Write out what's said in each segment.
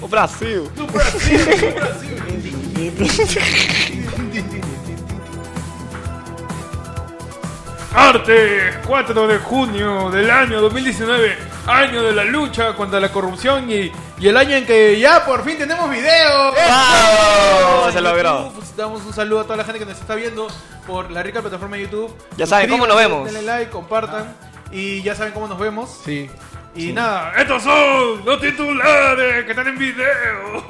O Brasil! No Brasil, no Brasil. Arte, 4 de junio del año 2019, año de la lucha contra la corrupción y, y el año en que ya por fin tenemos video. ¡Vamos! Se logró. YouTube, Pues Damos un saludo a toda la gente que nos está viendo por la rica plataforma de YouTube. Ya saben cómo nos Suscríbanse, vemos. Denle like, compartan y ya saben cómo nos vemos. Sí. Y nada, estos son los titulares que están en video.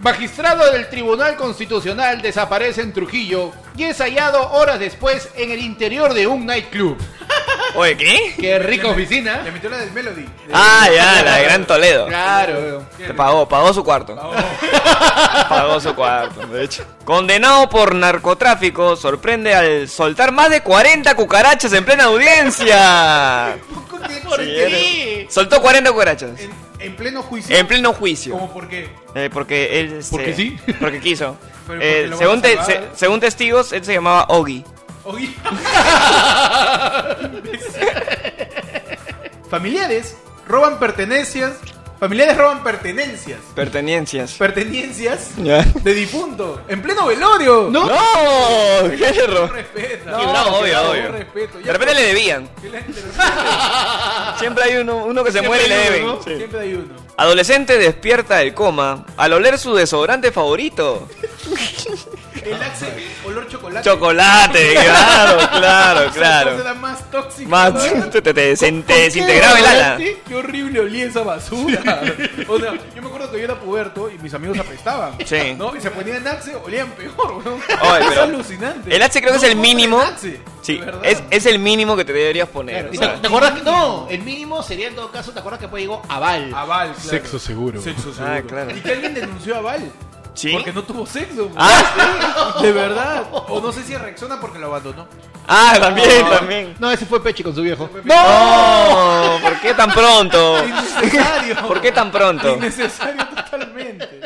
Magistrado del Tribunal Constitucional desaparece en Trujillo y es hallado horas después en el interior de un nightclub. Oye, ¿qué? Qué rica La oficina. emisora del Melody. Ah, ya, la de Gran Toledo. Claro. weón. Te pagó, pagó su cuarto. Pagó su cuarto, de hecho. Condenado por narcotráfico, sorprende al soltar más de 40 cucarachas en plena audiencia. ¿Por qué? Soltó 40 cucarachas. En, en pleno juicio. En pleno juicio. ¿Cómo por qué? Eh, porque él. este, Porque sí. Porque quiso. Pero Eh, porque lo según, van a te- se- salvar. según testigos, él se llamaba Ogi. Oye. Familiares roban pertenencias. Familiares roban pertenencias. Pertenencias. Pertenencias Ya. de difunto. En pleno velorio. No. ¡No! ¡Qué error! Respeta. Sí, bravo, No, obvio, no, obvio. respeto. Ya, De repente le debían. que la- Siempre hay uno, uno que se muere y le hay deben. uno, Sí. Siempre hay uno. Adolescente despierta del coma al oler su desodorante favorito. El axe, olor chocolate. Chocolate, claro, claro, Esa cosa claro. Era más tóxica. Más te, te, te desen- te ¿Por qué, desintegraba el ala. Dante? Qué horrible olía esa basura. O sea, yo me acuerdo que yo era puberto y mis amigos apestaban. Sí. ¿No? Y se ponían Axe, olían peor, weón. Oye, es pero alucinante. El Axe creo que es No el compren mínimo. Axe, de Sí, verdad. es, es el mínimo que te deberías poner. Claro, o ¿Y sea. ¿Te, te acuerdas que no? El mínimo sería en todo caso, ¿te acuerdas que después llegó Aval? Aval, claro. Sexo seguro. Sexo seguro. Ah, claro. Y que alguien denunció a Aval. ¿Sí? Porque no tuvo sexo. weón. Ah. Sí, de verdad. O no sé si reacciona porque lo abandonó. Ah, también, también. No, ese fue Pechi con su viejo. ¡No! ¿Por qué tan pronto? Innecesario. ¿Por qué tan pronto? Innecesario totalmente.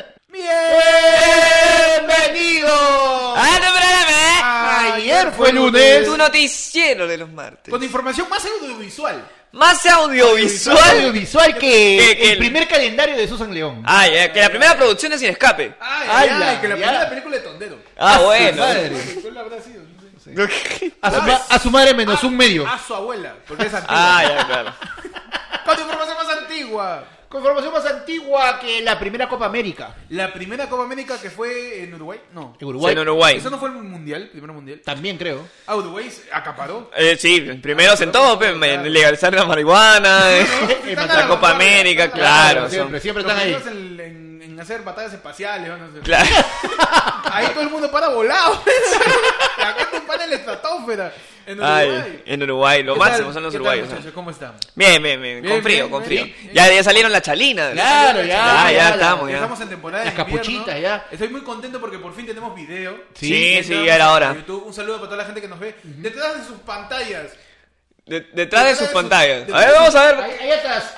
¡Bienvenido! ¡Ah, no, espérame! Ayer fue lunes. Tu noticiero de los martes. Con información más audiovisual. Más audiovisual. Audiovisual que Que- que el- el primer calendario de Susan León. Ah, ya, que la primera producción es sin escape. Ay, Ay, ay, ay, la- que la ya. primera película de Tondero. Ah, bueno. Madre. ¿Cuál habrá sido? No sé. A su, ma- a su madre menos un medio. A su abuela, porque es antigua. Ah, ya, claro. Con información más antigua. Con formación más antigua que la primera Copa América. La primera Copa América que fue en Uruguay. No. En Sí, Uruguay. en Uruguay. Eso no fue el mundial, el primer mundial. También creo. Ah, Uruguay se acaparó. Eh, sí, primero sentó, pe, me- legalizar la marihuana, eh, Están la Copa avanzando, América, están claro. avanzando. siempre, son- siempre Los están ahí. primeros En, en- en hacer batallas espaciales. ¿no? No sé. claro. Ahí todo el mundo para volado. Acá te para en la estratosfera. En Uruguay. Ay, en Uruguay, lo ¿Qué tal? máximo son los ¿Qué tal, uruguayos. ¿no? muchachos? ¿Cómo están? Bien, bien, bien, Bien, con frío, bien, con bien, frío. bien. Ya, ya salieron las chalinas. Claro, ya. Ya, ya la- estamos, ya. Estamos en temporada de Las invierno. capuchitas, ya. Estoy muy contento porque por fin tenemos video. Sí, sí, Entramos ya era a hora. YouTube. Un saludo para toda la gente que nos ve detrás de sus pantallas. De- detrás de Detrás de sus sus- pantallas. A detrás ver, de vamos a ver. Ahí, ahí atrás.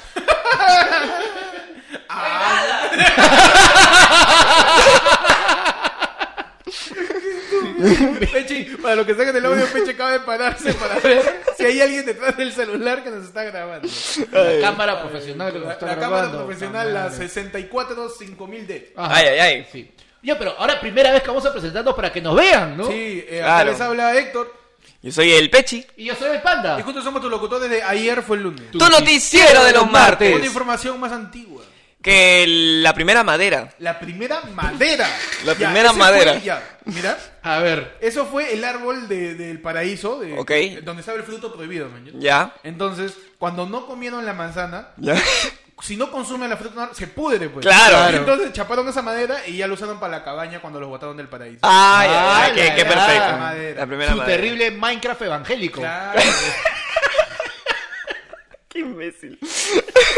Pechi, para los que sacan el audio, Pechi acaba de pararse para ver si hay alguien detrás del celular que nos está grabando. La cámara profesional que La, nos la está cámara grabando. profesional, Está la mal. 64 5000D. Ajá. Ay, ay, ay. Sí. Ya, pero ahora primera vez que vamos a presentarnos para que nos vean, ¿no? Sí, eh, acá Claro. les habla Héctor. Yo soy el Pechi. Y yo soy el Y panda. juntos somos tus locutores de ayer fue el lunes. Tu noticiero Ah. de los Una martes. información más antigua. Que la primera madera. La primera madera. La Ya, primera ese fue madera. ya. Mira, A ver. eso fue el árbol de- del paraíso, de, Ok. donde estaba el fruto prohibido. man, ¿ya? Ya. Entonces, cuando no comieron la manzana, Ya. si no consumen la fruta, no- se pudre. Pues. Claro. Entonces chaparon esa madera y ya lo usaron para la cabaña cuando los botaron del paraíso. Ay, ay, Ay, Ah, qué, la qué gran perfecto. madera. La primera Su madera. terrible Minecraft evangélico. Claro. Qué imbécil.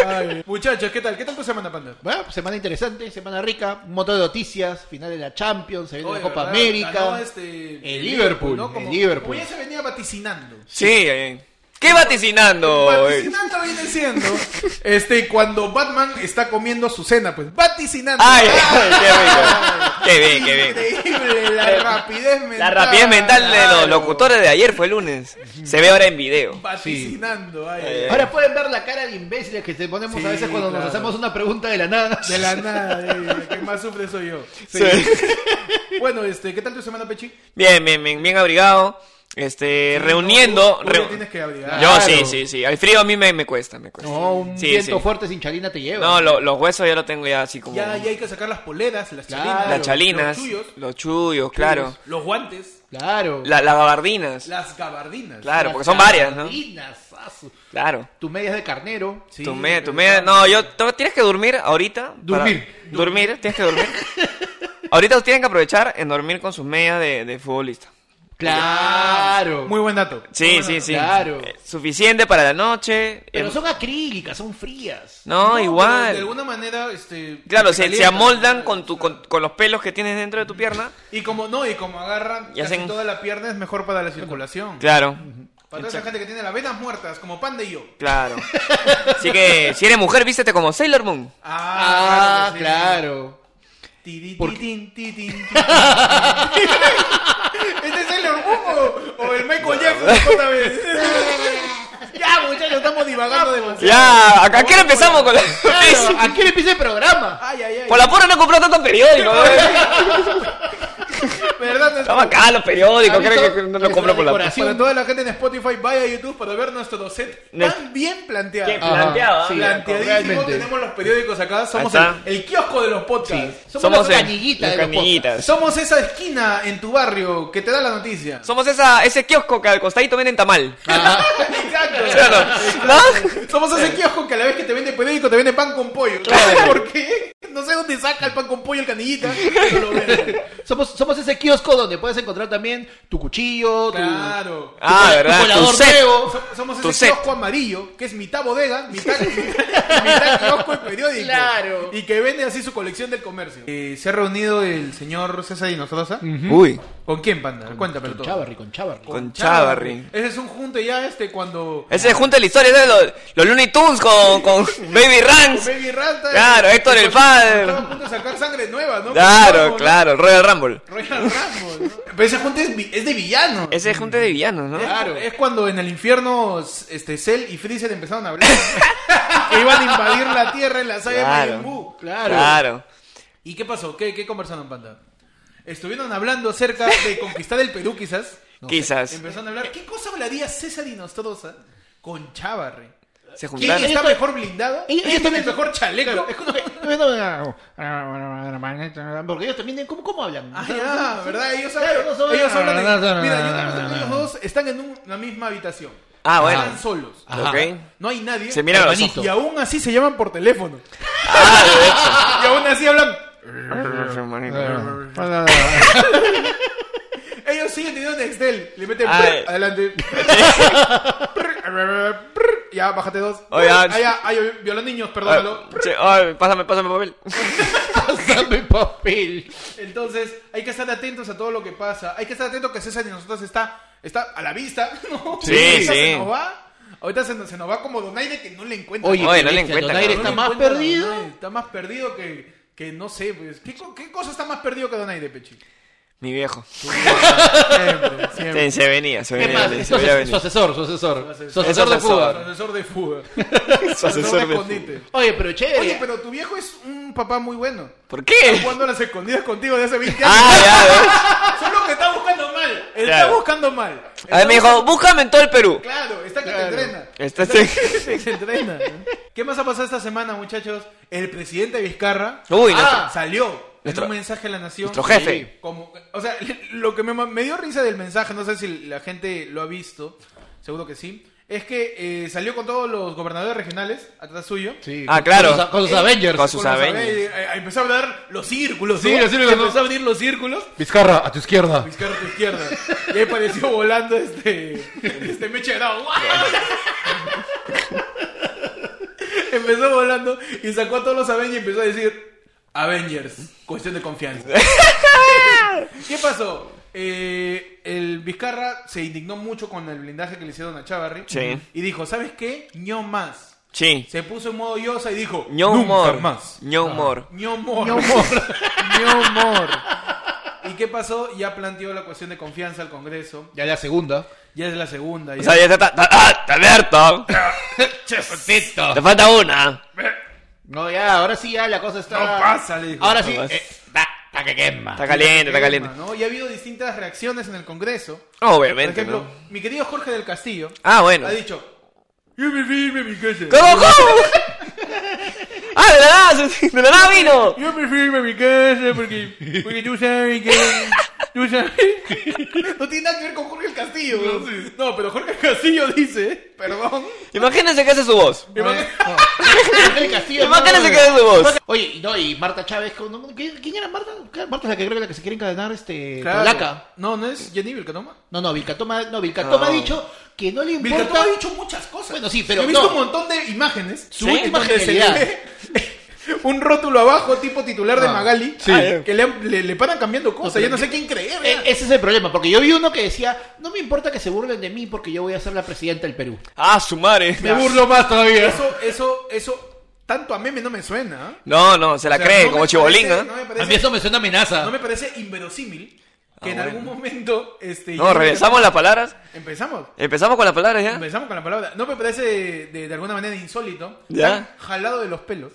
Ay, Muchachos, ¿qué tal? ¿Qué tal tu semana, Panda? Bueno, pues, semana interesante, semana rica, un montón de noticias, final de la Champions, se viene Oye, la Copa ¿verdad? América. Ganó, este, el Liverpool, el Como, Liverpool. como ya se venía vaticinando. Sí, eh, ¿Qué vaticinando? Vaticinando viene siendo este, cuando Batman está comiendo su cena, pues vaticinando. Ah, Ay, ay, qué rico. Qué bien, qué bien. Increíble la rapidez mental. La rapidez mental de los Claro. locutores de ayer fue el lunes. Se ve ahora en video. Vaticinando, ay, ay, ay. Ahora pueden ver la cara de imbéciles que te ponemos Sí, a veces cuando claro. nos hacemos una pregunta de la nada. De la nada, ay, ay, que más sufre soy yo. Sí. Bueno, este, ¿qué tal tu semana, Pechi? Bien, bien, bien, bien abrigado. Este, reuniendo. Tú- tú te reu- tienes que abrigar. Yo sí, Claro. sí, sí. Al frío a mí me, me cuesta, me cuesta. No, un Sí, viento sí. fuerte sin chalina te lleva. No, lo- los huesos ya lo tengo ya así como. Ya, ya hay que sacar las poleras, las Claro. chalinas, las chalinas, los los chuyos, chullos, claro. los guantes, Claro. La- las gabardinas. las gabardinas. Claro, Las porque son varias, ¿no? sardinas, asu. Claro. Tu media es de carnero. Sí, tu me, tu pero me- está- no, yo, tú tienes que dormir ahorita. para- Dormir. dormir, tienes que dormir. ahorita ustedes tienen que aprovechar en dormir con sus medias de, de futbolista. Claro. Muy buen dato. Sí, sí, sí. Claro. Eh, Suficiente para la noche. Pero Eh, son acrílicas, son frías. no, pero igual. De alguna manera, este. Claro, te se, se calientan. amoldan con, tu, con, con los pelos que tienes dentro de tu pierna. Y como no, y como agarran Y casi hacen- toda la pierna, es mejor para la circulación. Claro, Para toda esa gente que tiene las venas muertas, como Panda y yo. claro. Así que si eres mujer, vístete como Sailor Moon. Ah, que sí. claro. Tiri, ¿Por tin, tin, tin, tin, tin. ¿Este es Sailor Moon o, o el Michael Jackson otra vez? ya, muchachos, estamos divagando demasiado. Ya, acá ¿qué empezamos con la... Claro, aquí le empieza el programa. Ay, ay, ay. Por la porra no compró tantos periódicos. ¿eh? ¿Verdad? Estamos acá los periódicos. ¿Ha visto Creo que no lo nuestra compro por la porra. decoración? Para toda la gente en Spotify, vaya a YouTube para ver nuestro set tan Nuestro- bien Qué planteado. Ajá, planteado. ¿ah? sí. Planteadísimo, realmente. tenemos los periódicos acá, somos Ahí el, está. el kiosco de los podcasts. Somos, Somos la el- canillita las de los canillitas. podcasts. Somos esa esquina en tu barrio que te da la noticia. Somos esa, ese kiosco que al costadito venden tamal. ¿Sí o Exacto. no? ¿No? Somos Eh. ese kiosco que a la vez que te vende periódico te vende pan con pollo. ¿Por qué? No sé dónde saca el pan con pollo el canillita, pero lo vende. Somos, somos ese kiosco donde puedes encontrar también tu cuchillo, tu- Claro. Ah, tu, verdad. tu colador Tu set. nuevo. So- Somos Tu ese set. kiosco amarillo que es mitad bodega, mitad, mitad kiosco y periódico. Claro. Y que vende así su colección del comercio. Eh, se ha reunido el señor César Dinosaurosa. Uy. ¿Con quién, Panda? Cuéntame Mm. Con todo. Chavarri, con Chavarri. Con Chavarri. Ese es un junte ya este cuando... Ese junta la historia de los, los Looney Tunes con, con Baby Ranks. Baby Rasta. Claro, Héctor el Fader. Estaba a punto de sacar sangre nueva, Claro, ¿no? Con Rambo, ¿no? claro, Royal Rumble. Royal Rambo, ¿no? Pero ese junte es, vi- es de villano. Ese es junta de villanos, ¿no? Claro. Es cuando en el infierno este, Cell y Freezer empezaron a hablar. que iban a invadir la Tierra en la saga de Majin Buu. Claro. Claro. ¿Y qué pasó? ¿Qué, qué conversaron, Panda? Estuvieron hablando acerca de conquistar el Perú, quizás. Quizás. Empezaron a hablar. ¿Qué cosa hablaría César y Nostrosa con Chavarri? Se ¿Quién juntaron. está mejor blindado? Ellos- ¿Quién ellos tiene el también- mejor chaleco? Porque ellos también tienen... ¿Cómo, cómo hablan? Ah, ya, ¿verdad? Ellos Claro, hablan. no saben- ellos hablan no saben- en- mira, yo creo que ellos dos están en un- la misma habitación. Ah, bueno. Están solos. Ajá. Ok. No hay nadie. Se miran a los Hermanito. Y aún así se llaman por teléfono. y aún así hablan. Ellos siguen teniendo Nextel. Le meten Ah, prr, eh. adelante. Prr, prr, ya, bájate dos. Oye, ah, ah, ya, ah, ya, violan niños, perdónalo. Ah, che, ay, Pásame, pásame papel. Pásame papel. Entonces, hay que estar atentos a todo lo que pasa. Hay que estar atentos que César y nosotros está, está a la vista. ¿no? Sí, Ahorita sí. Se nos va. Ahorita se nos, se nos va como Donaire que no le encuentra. Oye, Oye, no que le este encuentran, Donaire No está le más encuentra a perdido. Donaire, Está más perdido que, que no sé. Pues. ¿Qué, co- ¿Qué cosa está más perdido que Donaire, Pechi? Mi viejo. Siempre, siempre. Sí, se venía, se ¿Qué venía. más? se Su, veía ases- venir. su asesor, su asesor. Su Es asesor de Su asesor. Cuba. asesor de fuga. Su asesor de escondite. Oye, pero chévere. Oye, pero tu viejo es un papá muy bueno. ¿Por qué? Jugando a las escondidas contigo de hace 20 años. Eh. Ah, Solo que está buscando mal. Está Claro. buscando mal. ya, A ver, me dijo, búscame en todo el Perú. Claro, está que Claro. te entrena. Está sí. Se entrena. ¿no? ¿Qué más ha pasado esta semana, muchachos? El presidente Vizcarra Uy, no. Ah. salió en Nuestro- un mensaje a la nación. nuestro jefe. Sí, Como, o sea, lo que me, me dio risa del mensaje, no sé si la gente lo ha visto, seguro que sí, es que eh, salió con todos los gobernadores regionales atrás suyo. Sí, Ah, con- claro. Con sus, con sus Avengers. Con sus- Con los Avengers. Avengers, eh, eh, Empezó a dar los círculos. Sí, ¿no? los círculos, ¿no? Empezó a venir los círculos. Vizcarra, a tu izquierda. Vizcarra a tu izquierda. Y ahí pareció volando este. Este Meche Grau. ¡Guau! Empezó volando y sacó a todos los Avengers y empezó a decir. Avengers, cuestión de confianza. ¿Qué pasó? Eh, el Vizcarra se indignó mucho con el blindaje que le hicieron a Chavarri. Sí. Y dijo, ¿sabes qué? No más. Sí. Se puso en modo Yosa y dijo, No nunca more. más. Ah. No more. No more. No more. No more. ¿Y qué pasó? Ya planteó la cuestión de confianza al Congreso. Ya la segunda. Ya es la segunda. O ya. sea, ya está. está- está- ¡Ah! está abierto! ¡Te falta una! No, ya, ahora sí ya la cosa está. No pasa, le dijo. Ahora sí. No pasa. eh, Está está que quema. Está caliente, está caliente. ¿no? Y ha habido distintas reacciones en el Congreso. Por Obviamente, ejemplo, ¿no? mi querido Jorge del Castillo Ah, bueno. ha dicho... Yo me firme mi casa. ¿Cómo, cómo? ¡Ah, de la nada! se- ¡De la nada vino! Yo me firme mi casa porque, porque tú sabes que... Tú sabes... No tiene nada que ver con Jorge del Castillo. No, no pero Jorge del Castillo dice... Perdón. Imagínense que esa es su voz. Imagínate- Del Castillo, Imagínense no, que es de vos. Oye, y no, y Marta Chávez, ¿cómo- no? ¿quién quién era Marta? Marta es la que creo que la que se quiere encadenar este Claro. Laca. No, no es Jenny Vilcanoma. No, no, Vilcatoma, no, Vilcatoma ha dicho que no le importa. Vilcanoma ha dicho muchas cosas. Bueno, sí, pero Yo he visto no. un montón de imágenes. Su donde última se le genialidad. ve un rótulo abajo, tipo titular de Ah, Magali. sí. ah, Que le, han- le, le paran cambiando cosas. pero ya no sé quién creer. E- ese es el problema, porque yo vi uno que decía, no me importa que se burlen de mí porque yo voy a ser la presidenta del Perú. ¡Ah, su madre! burlo más todavía. Eso, eso, eso, tanto a meme no me suena. ¿ah? No, no, se la O sea, cree, no como me chibolín, parece- ¿eh? No me A mí parece, eso me suena amenaza. no me parece inverosímil que Ah, en bueno. algún momento. Este, No, regresamos las palabras. Empezamos. Empezamos con las palabras ya. Empezamos con la palabra. No me parece de, de- de alguna manera insólito. Ya. tan Jalado de los pelos.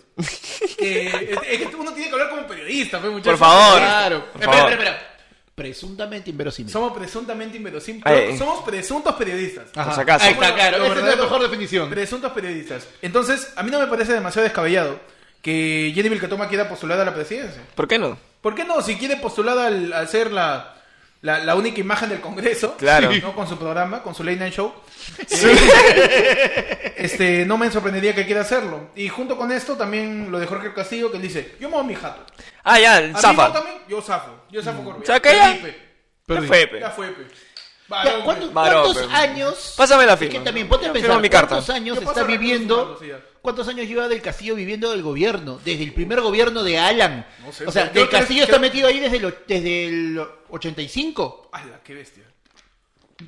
que, es, es que uno tiene que hablar como periodista, pues, muchachos. Por favor. Claro. Por Espera, favor. espera, espera. Presuntamente inverosímil. Somos presuntamente inverosímiles. Ay. Somos presuntos periodistas. Por si acaso. Ahí está, claro. Lo Esa es la verdadero- mejor definición. Presuntos periodistas. Entonces, a mí no me parece demasiado descabellado que Jenny Vilcatoma quiera postular a la presidencia. ¿Por qué no? ¿Por qué no? Si quiere postular al, al ser la, la, la única imagen del Congreso, Claro. ¿no? con su programa, con su late night show, este, no me sorprendería que quiera hacerlo. Y junto con esto también lo de Jorge Castillo, que él dice, yo muevo mi jato. Ah, ya, el ¿A mí no zafa. también? Yo zafo, yo zafo Corbea. O sea, que ya- Perdí, pe. Ya Perdí. fue, pe. Ya fue, pe. Ya, Varón, ¿cuánto- pe. Varón, ¿Cuántos pero- años? Pásame la Es firma. que también ponte a Yo pensar firmo mi carta. cuántos años Yo paso está la viviendo. recursos humanos, sí, ya. ¿Cuántos años lleva del Castillo viviendo del gobierno? Desde el primer gobierno de Alan. No sé, o sea, yo del creo- Castillo está creo- metido ahí desde el, och- desde el 85. ¡Hala, qué bestia!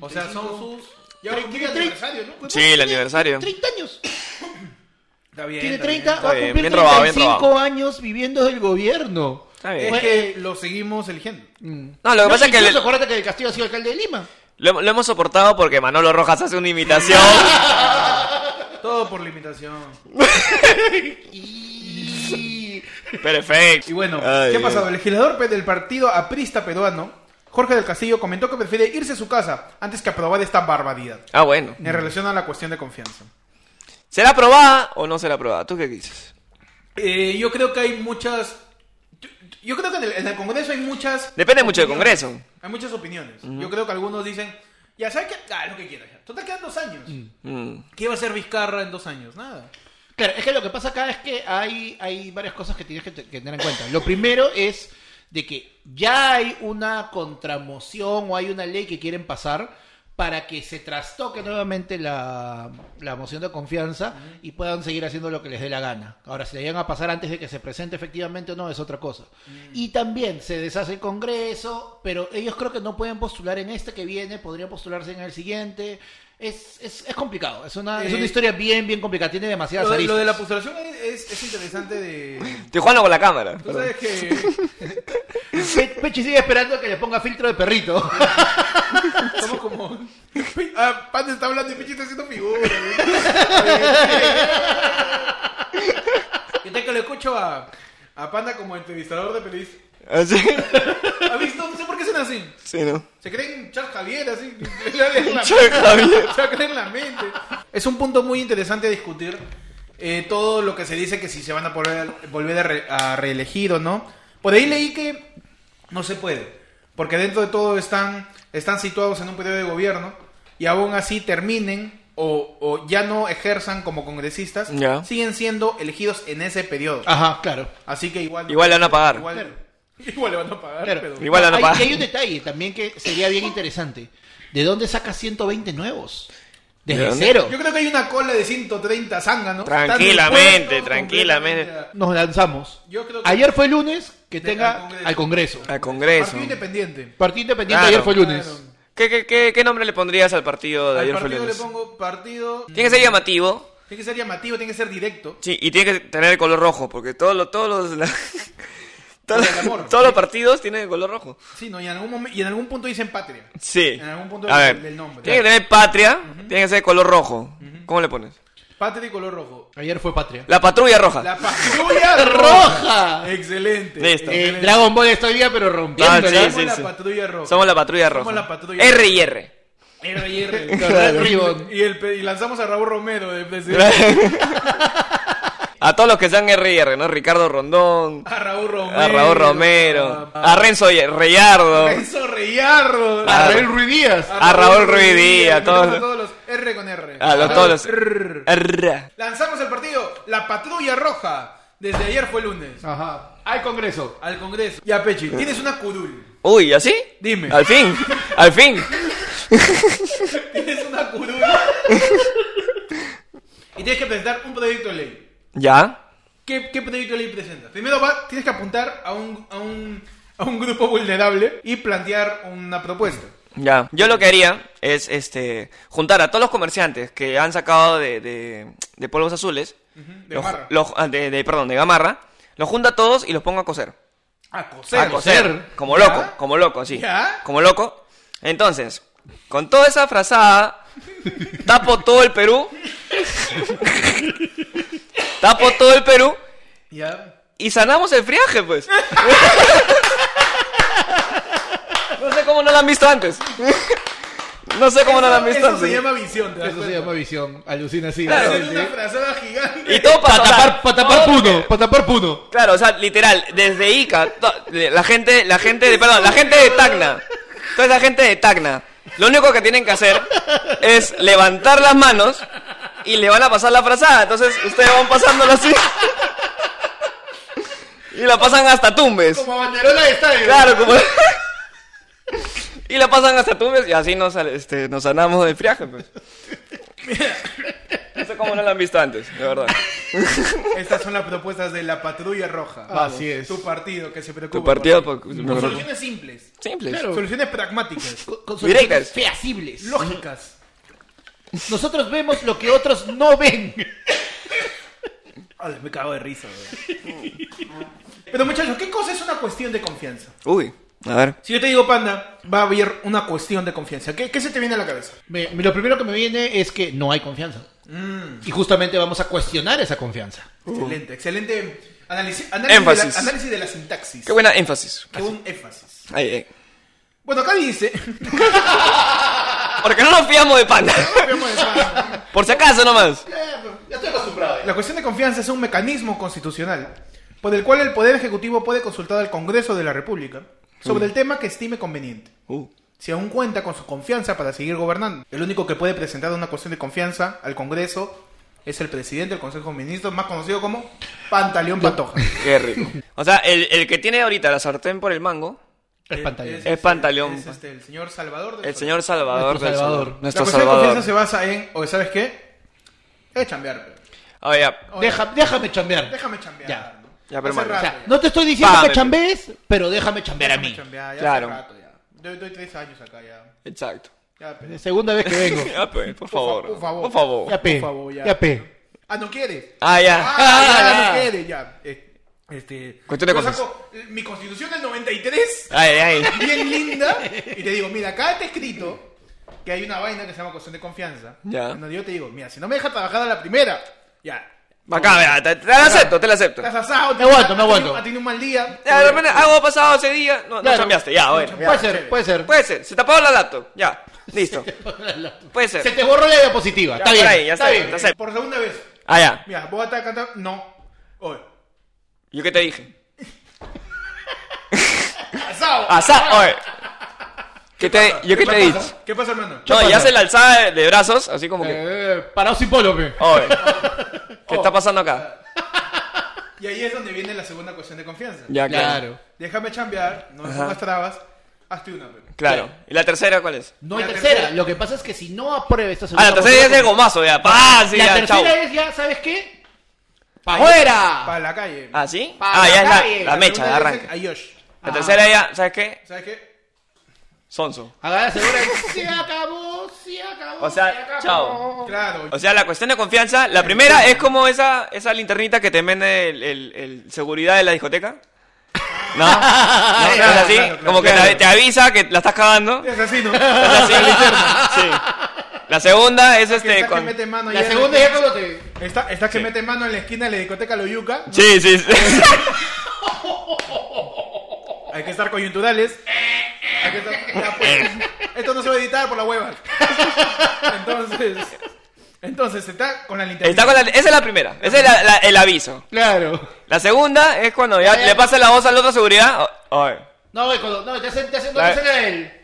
O sea, son sus... Ya va a Tre- cumplir el tre- aniversario, ¿no? Sí, Tiene el aniversario. 30 años. Está bien, Tiene está bien. 30, va a bien, cumplir bien robado, bien 35 años viviendo del gobierno. Está bien. Es que lo seguimos eligiendo. No, lo que pasa es que incluso le- acuérdate que el Castillo ha sido alcalde de Lima. lo, hem- lo hemos soportado porque Manolo Rojas hace una imitación. Todo por limitación. Y... Perfecto. Y bueno, Ay, ¿qué ha Dios. pasado? El legislador pe- del partido aprista peruano, Jorge del Castillo, comentó que prefiere irse a su casa antes que aprobar esta barbaridad Ah, bueno. en relación a la cuestión de confianza. ¿Será aprobada o no será aprobada? ¿Tú qué dices? Eh, yo creo que hay muchas... yo- Yo creo que en el, en el Congreso hay muchas... Depende mucho del opiniones. Congreso. Hay muchas opiniones. Yo creo que algunos dicen, ya sabes que... Ah, lo que quieras. ya. Total, quedan dos años. Mm. ¿Qué va a hacer Vizcarra en dos años? Nada. Claro, es que lo que pasa acá es que hay, hay varias cosas que tienes que, te- que tener en cuenta. Lo primero es de que ya hay una contramoción o hay una ley que quieren pasar para que se trastoque nuevamente la, la moción de confianza y puedan seguir haciendo lo que les dé la gana. Ahora, si la llegan a pasar antes de que se presente efectivamente o no, es otra cosa. Y también se deshace el Congreso, pero ellos creo que no pueden postular en este que viene, podrían postularse en el siguiente. Es, es, es complicado, es una, es una Eh, historia bien, bien complicada, tiene demasiadas Lo, de- lo aristas. de la postulación es, es interesante de... Estoy jugando con la cámara. Tú sabes que... Pe- Pechi sigue esperando que le ponga filtro de perrito. Somos como. Ah, Panda está hablando y Pichi está haciendo ¿eh? figura. ¿Qué tal que lo escucho a, a Panda como entrevistador de pelis? Así. ¿Ha visto? No sé por qué son así. Ah, Sí, ¿no? Se creen Charles Javier, así. Le leen la- Charles Javier. Se creen la mente. Es un punto muy interesante a discutir. eh, todo lo que se dice que si se van a volver, volver a, re- a reelegir o no. Por ahí leí que no se puede. Porque dentro de todo están, están situados en un periodo de gobierno y aún así terminen o, o ya no ejerzan como congresistas. Ya. Ah. Siguen siendo elegidos en ese periodo. Ajá, claro. Así que igual. Igual le van a pagar. Igual, igual le van a pagar. claro. pero- Igual la no hay, paga. hay un detalle también que sería bien interesante. ¿De dónde saca 120 nuevos? Desde ¿De dónde? cero. Yo creo que hay una cola de 130 zánganos. Tranquilamente, Están tranquilamente. completamente- Nos lanzamos. Yo creo que- Ayer fue lunes, que De- tenga al al Congreso. Al Congreso. Partido Independiente. Partido Independiente Claro. ayer fue lunes. Claro. ¿Qué, qué, qué, qué nombre le pondrías al partido de Al ayer fue partido le lunes? pongo partido. Tiene que ser llamativo. Tiene que ser llamativo, tiene que ser directo. Sí, y tiene que tener el color rojo, porque todos los, todos los, la- todos, El amor. todos los partidos tienen el color rojo. Sí, ¿no? Y en algún, momen- y en algún punto dicen patria. Sí. En algún punto A del- ver, del nombre. Tiene que tener patria, tiene que ser de color rojo. ¿Cómo le pones? Patria y color rojo. Ayer fue Patria. La patrulla roja. La patrulla Roja. roja. Excelente. Listo. Eh, Excelente. Dragon Ball está hoy día, pero Ah, rompiendo. sí, ¿verdad? Somos sí, la sí. patrulla roja. Somos la patrulla roja. Somos la patrulla R y R. R y R. Claro. Y- Y, el pe- y lanzamos a Raúl Romero de presidente. Claro. A todos los que sean R y R, ¿no? Ricardo Rondón, A Raúl Romero. a Raúl Romero, A, a Renzo Ye- Reyardo. Renzo Reyardo. A- Abel Ruiz Díaz. Ah. a Raúl Ruiz Díaz, Metemos todos- a todos los R con R. A los- todos los- R. Arra. Lanzamos el partido La Patrulla Roja. Desde ayer fue lunes. Ajá. Al Congreso. Al Congreso. Ya, Pechi, tienes una curul. Uy, ¿así? Dime. Al fin, al fin. Tienes una curul. y tienes que presentar un proyecto de ley. ¿Ya? ¿Qué, qué proyecto de ley presentas? Primero va- tienes que apuntar a un, a, un, a un grupo vulnerable y plantear una propuesta. Ya. Yo lo que haría es este juntar a todos los comerciantes que han sacado de, de, de polvos azules, de los- Gamarra. los- ah, de- de- perdón, de gamarra, los junto a todos y los pongo a coser. A coser. a coser. coser. Como ¿Ya? loco, como loco, sí. ¿Ya? Como loco. Entonces, con toda esa frazada, tapo todo el Perú. tapo todo el Perú Ya. y sanamos el friaje, pues. no sé cómo no lo han visto antes. no sé cómo no lo han visto Eso se antes. llama visión, ¿te das Eso se cuenta? llama visión. Alucina así. Claro. Hacer una frazada gigante. Y todo para Para tapar, pa' tapar Puno. Para tapar Puno. Claro, o sea, literal, desde Ica, to- la gente, la gente de, perdón, la gente de Tacna, toda esa gente de Tacna, lo único que tienen que hacer es levantar las manos y le van a pasar la frazada, entonces ustedes van pasándola así y la pasan hasta Tumbes, Como banderola de estadio. claro, como y la pasan hasta Tumbes y así nos, este, nos sanamos del friaje, pues. No sé cómo no la han visto antes, de verdad. Estas son las propuestas de la Patrulla Roja. Vamos. Así es. Tu partido que se preocupa. Tu partido, pues, por- por- Con soluciones simples. simple. Claro. Soluciones pragmáticas. Con, con Directas. soluciones feasibles. Lógicas. Nosotros vemos lo que otros no ven. Ay, Ah, me cago de risa, güey. Pero muchachos, ¿qué cosa es una cuestión de confianza? Uy, a ver. Si yo te digo, panda, va a haber una cuestión de confianza. ¿Qué, qué se te viene a la cabeza? Me- me- lo primero que me viene es que no hay confianza. Y justamente vamos a cuestionar esa confianza. Excelente, excelente. Análisis, análisis Uh. Énfasis. De la, análisis de la sintaxis. Qué buena énfasis. Qué buen énfasis. Ay, ay. Bueno, acá dice... Porque no nos fiamos de panda. Por si acaso nomás. Eh, Ya estoy acostumbrado. La cuestión de confianza es un mecanismo constitucional por el cual el Poder Ejecutivo puede consultar al Congreso de la República sobre Uh. el tema que estime conveniente, si aún cuenta con su confianza para seguir gobernando. El único que puede presentar una cuestión de confianza al Congreso es el presidente del Consejo de Ministros, más conocido como Pantaleón Pantoja. Qué rico. O sea, el, el que tiene ahorita la sartén por el mango, Es pantalla. Es Pantaleón. es, este, el señor Salvador. del el Sol. señor Salvador. Nuestro del Salvador. Salvador. La Nuestro cuestión de Salvador. confianza se basa en, o ¿sabes qué? Es chambear. pe. Ah, ya. Oye, Deja- eh, déjame chambear. Déjame chambear. Ya. ¿no? Ya, pero Hace mano, O rato sea, ya. no te estoy diciendo Págame. que chambees, pero déjame chambear a Déjame mí. chambear, ya Claro. hace rato ya. Yo doy tres años acá ya. Exacto. Ya, pero- Segunda vez que vengo. Ya, pues, por favor. Por favor. Por favor. Ya pe. Por favor, ya. Ya pe. Ah, no quieres. Ah, ya. Ah, Ah, ya, ya. no quieres, ya. Eh, Este, Cuestión de yo cosas. saco mi constitución del 93, Ay, ay. bien linda, y te digo, mira, acá está escrito que hay una vaina que se llama cuestión de confianza. Ya. Donde yo te digo, mira, si no me dejas trabajar a la primera, ya. Acá, vea, te, te la acepto, te la acepto. Estás asado, Me aguanto, me has tenido- aguanto. Has tenido un mal día. Ya, de repente, algo ha pasado ese día. No, no Claro. cambiaste, ya, bueno. ya. Puede chévere. ser, puede ser. Puede ser, se tapó la laptop. Ya, listo. Puede ser. Se te borró la diapositiva. Ya, está por bien. ahí, ya está está, bien. ya está. Por segunda vez, Ah, ya. mira, voy a cantar. No. Oye, ¿Yo qué te dije? asado. Asa, oye. ¿Qué te, ¿Yo Ah, qué te ¿Qué dije? pasa? ¿Qué pasa, hermano? No, Chópala. y hace la alzada de- de brazos, así como que. Eh, parado sin polo, pe. Oye. ¿Qué está pasando acá? Y ahí es donde viene la segunda cuestión de confianza. Ya, Claro. Déjame chambear, no me Ajá. pongas trabas. Hazte una, pero. Claro. ¿Y la tercera cuál es? No hay La tercera. tercera. Lo que pasa es que si no aprueba esta Ah, segunda. la tercera ya es moción- el gomazo, ya. ¡Pah! Sí, la ya, tercera chau. es ya, ¿sabes qué? ¡Fuera! Para la calle. ¿Ah, sí? Para Ah, ya la es la- calle, la, la mecha, la Una de esas- arranque. a Yosh. La Ah. tercera ya, ¿sabes qué? ¿Sabes qué? Sonso. Haga la segura y se acabó, se acabó. O sea, se acabó. chao. Claro. O sea, la cuestión de confianza, la primera es como esa, esa linternita que te vende el, el- el seguridad de la discoteca. ¿No? ¿No? ¿No es claro, así? claro, claro, como que claro. te- te avisa que la estás cagando. Es así, ¿no? Es así. Sí. La segunda es Que este... está que con- mete mano La ahí en segunda ya cuando te. Está, está que mete mano en la esquina de la discoteca Loyuca. Sí, sí, sí. Hay que estar coyunturales. Hay que estar- Ya, pues, esto no se va a editar por la hueva. Entonces, entonces está con la linterna. Está con la- esa es la primera. Ese es la- la- el aviso. Claro. La segunda es cuando ya Ay, ay. le pasa la voz al otro seguridad. O- oye. No, güey, cuando. No, te hacen, te hacen, no, La- te hacen el.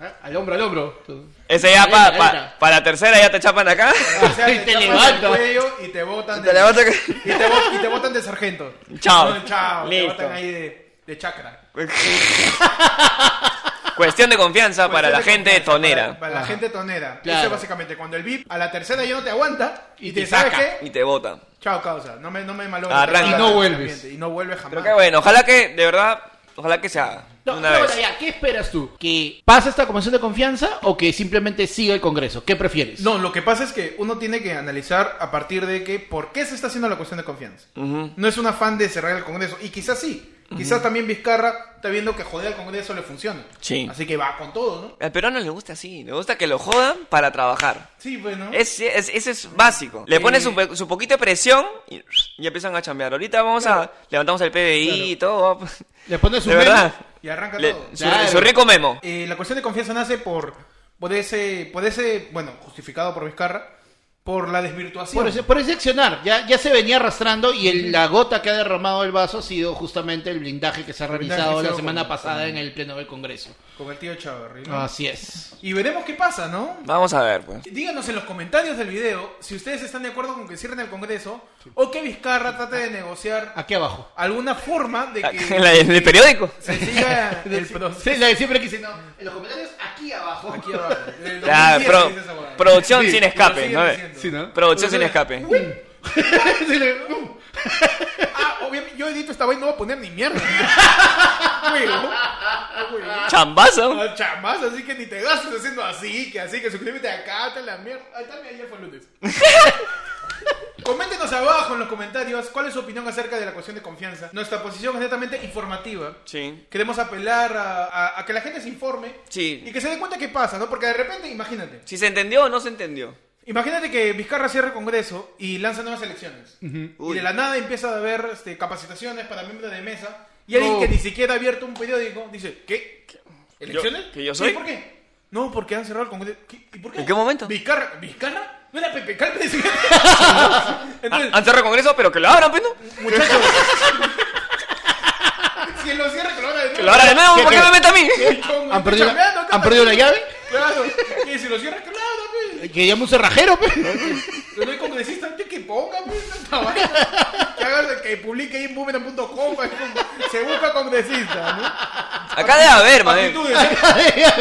¿Ah? Al hombro, al hombro. Tú. Ese ya Ahí, para ahí está. la tercera ya te chapan acá. O sea, Y te tapas el levanta. cuello y te botan. Te de- levanto acá. Y te, bo- y te botan de sargento. Chao. No, chao. Listo. Te botan ahí de, de chakra. Cuestión de confianza para la Cuestión gente de de confianza, tonera. Para, para la Ajá. gente tonera. Claro. Eso es básicamente cuando el VIP a la tercera ya no te aguanta y, Y te, te saca. saca. Y te bota. Chao, causa. No me, no me malogres. Arranca. Te Y no saca vuelves. ambiente. Y no vuelves jamás. Pero qué bueno. Ojalá que, de verdad, ojalá que se haga. No, Una no, vez. ya, ¿qué esperas tú? ¿Que pase esta convención de confianza o que simplemente siga el Congreso? ¿Qué prefieres? No, lo que pasa es que uno tiene que analizar a partir de que por qué se está haciendo la cuestión de confianza. No es un afán de cerrar el Congreso. Y quizás sí. Quizás también Vizcarra está viendo que joder al Congreso le funciona. Sí. Así que va con todo, ¿no? Al peruano le gusta así. Le gusta que lo jodan para trabajar. Sí, bueno. Es, es- ese es básico. Le pones su, pe- su poquito de presión y, y empiezan a chambear. Ahorita vamos a. Levantamos el PBI y todo. pues. Le pones su De meme. verdad. Y arranca Le- todo. su, Claro. su rico memo. Eh, la cuestión de confianza nace por, por, ese, por ese, bueno, justificado por Vizcarra, por la desvirtuación. Por ese, por ese accionar, ya, ya se venía arrastrando y el- la gota que ha derramado el vaso ha sido justamente el blindaje que se ha blindaje realizado que se la ha semana comenzado. pasada en el Pleno del Congreso. Con el tío Chavarri, ¿no? Así es. Y veremos qué pasa, ¿no? Vamos a ver, pues. Díganos en los comentarios del video si ustedes están de acuerdo con que cierren el Congreso o que Vizcarra trate de negociar Aquí abajo. alguna forma de que Ah, La- el periódico. se siga el proceso. Sí, la de siempre que dice, no, en los comentarios, aquí abajo. Aquí abajo. El Ya, 2010 pro- dice esa huevada. producción Sí, sin lo escape, siguen ¿no? diciendo. Sí, ¿no? Producción sin escape. Sí, le- uh. Ah, obviamente, yo edito esta vaina no voy a poner ni mierda. Huevo. Chambazo. Ah, Chamás, así que ni te gastes haciendo así, que así, que suscríbete acá, te la mierda. Ahí está, mira, ayer fue lunes. Coméntenos abajo en los comentarios cuál es su opinión acerca de la cuestión de confianza. Nuestra posición es netamente informativa. Sí. Queremos apelar a, a- a que la gente se informe Sí. y que se dé cuenta qué pasa, ¿no? Porque de repente, imagínate, Si se entendió o no se entendió. imagínate que Vizcarra cierra el Congreso y lanza nuevas elecciones. Y Uy. de la nada empieza a haber este, capacitaciones para miembros de mesa y alguien No. que ni siquiera ha abierto un periódico dice, ¿qué? ¿Elecciones? Yo- ¿que yo ¿Y soy? por qué? No, porque han cerrado el Congreso. ¿Qué- ¿Y por qué? ¿En qué momento? ¿Vizcarra? ¿Vizcarra? ¿No era Pepe Calpe? Entonces, Ah, Han cerrado el congreso, pero que lo abran, pues, ¿no? muchachos... si él lo cierra, que lo haga de nuevo. Que lo abran de nuevo, ¿Qué, ¿por qué qué? me mete a mí? Chongo, ¿Han está perdido, chambeando, la, acá ¿Han perdido la llave? Claro, y si lo cierras, claro, pues. Queríamos un cerrajero, pe. Pero no hay congresista, tío, que ponga, pues, tanta vaina. Que haga, que publique ahí en boomerang.com, ahí con- se busca congresista, Acá debe haber, ¿no? man. Actitudes,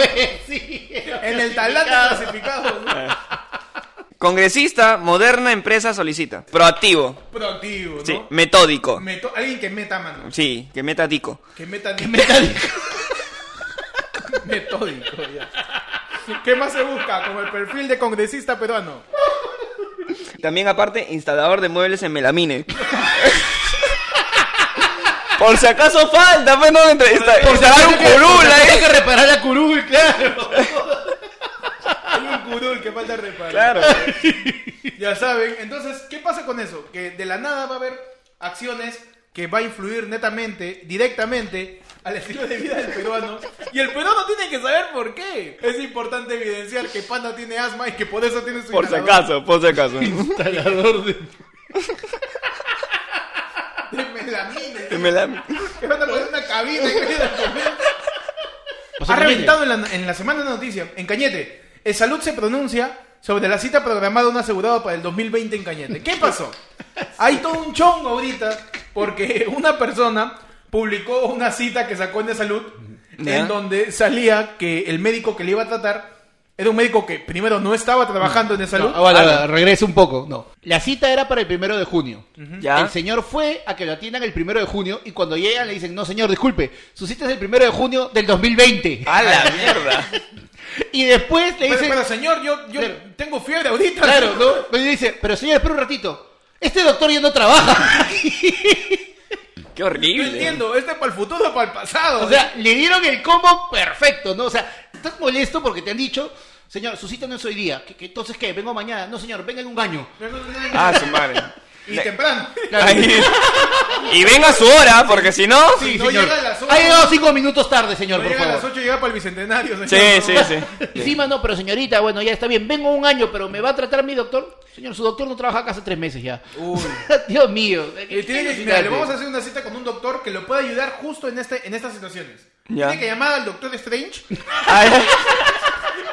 ¿eh? sí. en el talante clasificado, ¿no? Ah. Congresista, moderna empresa solicita. Proactivo. Proactivo, ¿no? Sí. Metódico. Meto- alguien que meta mano, Sí, que meta tico. que meta Me está diciendo- metódico, ya. ¿Qué más se busca? Como el perfil de congresista peruano. También aparte, instalador de muebles en melamine. Por si acaso falta, pues no entrevista. Instalar un curul ¿eh? Hay ahí. que reparar la curul, claro. Hay un curul que falta reparar. Claro. Ya saben, entonces, ¿qué pasa con eso? Que de la nada va a haber acciones que va a influir netamente, directamente, al estilo de vida del peruano. Y el peruano tiene que saber por qué. Es importante evidenciar que Panda tiene asma y que por eso tiene su Por si inhalador acaso, por si acaso. Talador de... de melamina. En melamine. Que van a poner una cabina en medio del comer. O sea, Ha mire, reventado en la, en la semana de noticia. En Cañete, el salud se pronuncia sobre la cita programada de un asegurado para el 2020 en Cañete. ¿Qué pasó? Hay todo un chongo ahorita porque una persona publicó una cita que sacó en de salud Ya. en donde salía que el médico que le iba a tratar era un médico que primero no estaba trabajando en salud. No, bueno, regreso un poco. No. La cita era para el primero de junio. Ya. El señor fue a que lo atiendan el primero de junio y cuando llegan le dicen, no señor, disculpe, su cita es el primero de junio del 2020. Ah. A la mierda. Y después le Pero, dicen, pero, señor, yo, yo Claro. tengo fiebre ahorita. claro, ¿no? Y dice, pero señor, espera un ratito, este doctor ya no trabaja. Qué No horrible. entiendo, este es para el futuro o para el pasado. O sea, le dieron el combo perfecto, ¿no? O sea, estás molesto porque te han dicho, señor, su cita no es hoy día, que, que entonces qué, vengo mañana. No señor, venga en un año. Ah, su madre. y temprano. Ahí. Y venga a su hora, porque si no. Sí, no llega a las ocho. Ha llegado cinco minutos tarde, señor, No por llega a favor. las 8 llega para el bicentenario. señor. Sí, sí, sí. Encima no, pero señorita, bueno, ya está bien, vengo un año, pero ¿me va a tratar mi doctor? Señor, su doctor no trabaja acá hace tres meses ya. Uy. Dios mío. Y tiene que, mira, le vamos a hacer una cita con un doctor que lo pueda ayudar justo en, este, en estas situaciones. Ya. Tiene que llamar al doctor Strange Ay,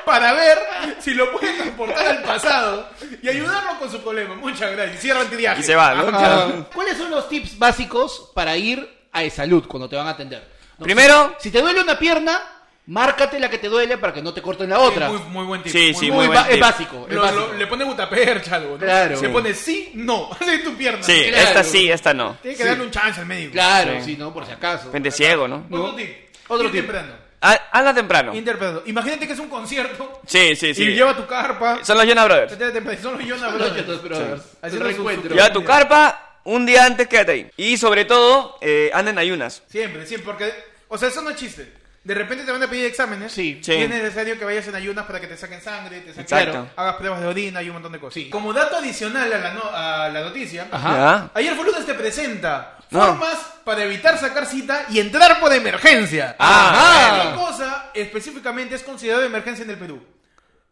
para ver si lo puede transportar al pasado y ayudarlo con su problema. Muchas gracias. Cierra el viaje. Y se va, ¿no? Ajá. ¿Cuáles son los tips básicos para ir a E salud cuando te van a atender? No, Primero. Si te duele una pierna, márcate la que te duele para que no te corten la otra. Muy, muy buen tipo. Sí, muy sí, buen muy Muy buen ba- es tip. básico. es Lo- básico. lo- le pone butapercha algo, ¿no? Claro. Se Sí. pone sí, no. Así tu pierna. Sí, Claro. esta sí, esta no. Tiene que darle un chance al médico. Claro, Sí. sí, ¿no? Por si acaso. Gente ciego, ¿no? Otro No. tip. Otro Ir tip. temprano. Ha- Hazla temprano. Ir temprano. Imagínate que es un concierto Sí, sí, y sí. lleva tu carpa. Son los Jonah Brothers. Etcétera, etcétera. Solo yo no Los hablo. Jonas Brothers. Sí. Un Haciendo su- reencuentro. Lleva tu carpa un día antes, quédate ahí. Y sobre todo, eh, anda en ayunas. Siempre, siempre. Porque, o sea, eso no es chiste. De repente te van a pedir exámenes. Sí. Sí. Y es necesario que vayas en ayunas para que te saquen sangre, te saquen, Exacto. hagas pruebas de orina y un montón de cosas. Sí. Como dato adicional a la, no- a la noticia, Ajá. ayer Folunes te presenta No. formas para evitar sacar cita y entrar por emergencia. Ah. Esta cosa específicamente es considerada emergencia en el Perú.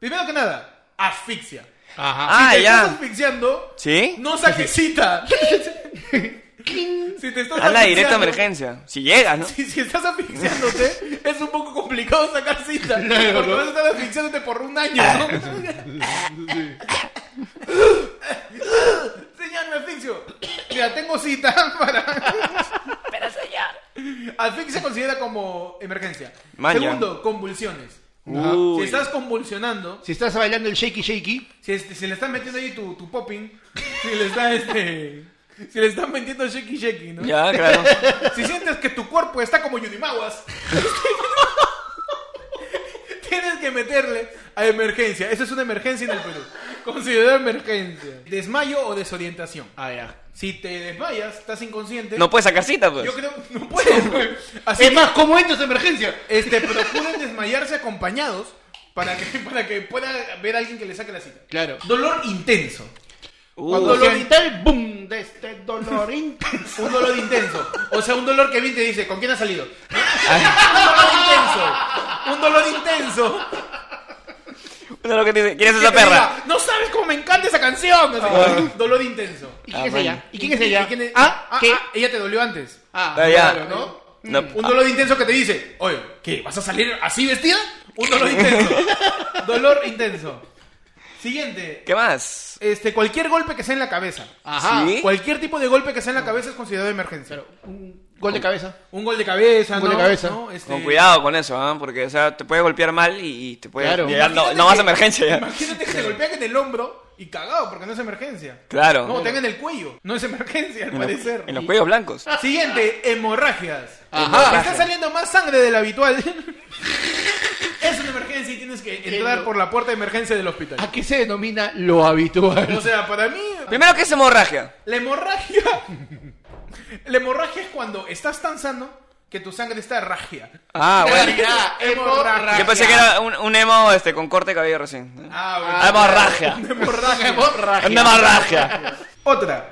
Primero que nada, asfixia. Ajá. Ah, si te ya. estás asfixiando, ¿Sí? no saques cita. si te estás Hazla directa asfixiando, emergencia. Si llegas, ¿no? si, si estás asfixiándote, es un poco complicado sacar cita. porque vas a estar asfixiándote por un año, ¿no? Ah. Señor, me asfixio. Mira, tengo cita para. Pero, señor. Asfixia se considera como emergencia. Maña. Segundo, convulsiones. Uy. Si estás convulsionando, Si estás bailando el shaky shaky, si, este- si le están metiendo ahí tu, tu popping, si le está este. Si le están metiendo shaky shaky, ¿no? Ya, claro. Si sientes que tu cuerpo está como Yunimaguas, tienes que meterle a emergencia. Eso es una emergencia en el Perú. Considerada emergencia. Desmayo o desorientación. ah, ya. Si te desmayas, estás inconsciente. No puedes sacar cita, pues. Yo creo no puedes. güey. Así Es que, más, ¿cómo entras de emergencia? este, procuren desmayarse acompañados para que, para que pueda ver a alguien que le saque la cita. Claro. Dolor intenso. Uh, Cuando Cuando dolor sienta el boom de este dolor intenso. Un dolor intenso. O sea, un dolor que viene y te dice, ¿con quién has salido? un dolor intenso. Un dolor intenso. mira lo que te dice, ¿Quién es Que esa te perra? diga, no sabes cómo me encanta esa canción. Así, Dolor intenso. ¿Y Ah, quién es bueno. ella? ¿Y quién es ella? ¿Y quién es- Ah, ¿qué? ah, ella te dolió antes. Ah, Ah, ya. claro, ¿no? No, Un dolor intenso que te dice, oye, ¿qué? ¿Vas a salir así vestida? Un dolor intenso. dolor intenso. Siguiente. ¿Qué más? Este, cualquier golpe que sea en la cabeza. Ajá. ¿Sí? Cualquier tipo de golpe que sea en la cabeza es considerado de emergencia. Ah. Pero, un gol de cabeza. un gol de cabeza, Un gol ¿no? de cabeza. ¿No? Este, Con cuidado con eso, ¿ah? Porque, o sea, te puede golpear mal y, y te puede. Claro. llegar- no, Imagínate no vas a que- emergencia ya. Imagínate que te golpean en el hombro y cagado porque no es emergencia. Claro. No, te hagan en el cuello. No es emergencia, al en, los, parecer. en los cuellos blancos. Siguiente, hemorragias. Ajá. Está saliendo más sangre de la habitual. es una emergencia y tienes que entrar lo- por la puerta de emergencia del hospital. ¿A qué se denomina lo habitual? O sea, para mí, Primero, ¿qué es hemorragia? la hemorragia. la hemorragia es cuando estás tan sano que tu sangre está ragia. Ah, bueno. Ya, hemorragia. Yo pensé que era un, un emo este, con corte de cabello recién. Ah, Ah, Ah, hemorragia. bueno. Hemorragia. Una hemorragia. Otra,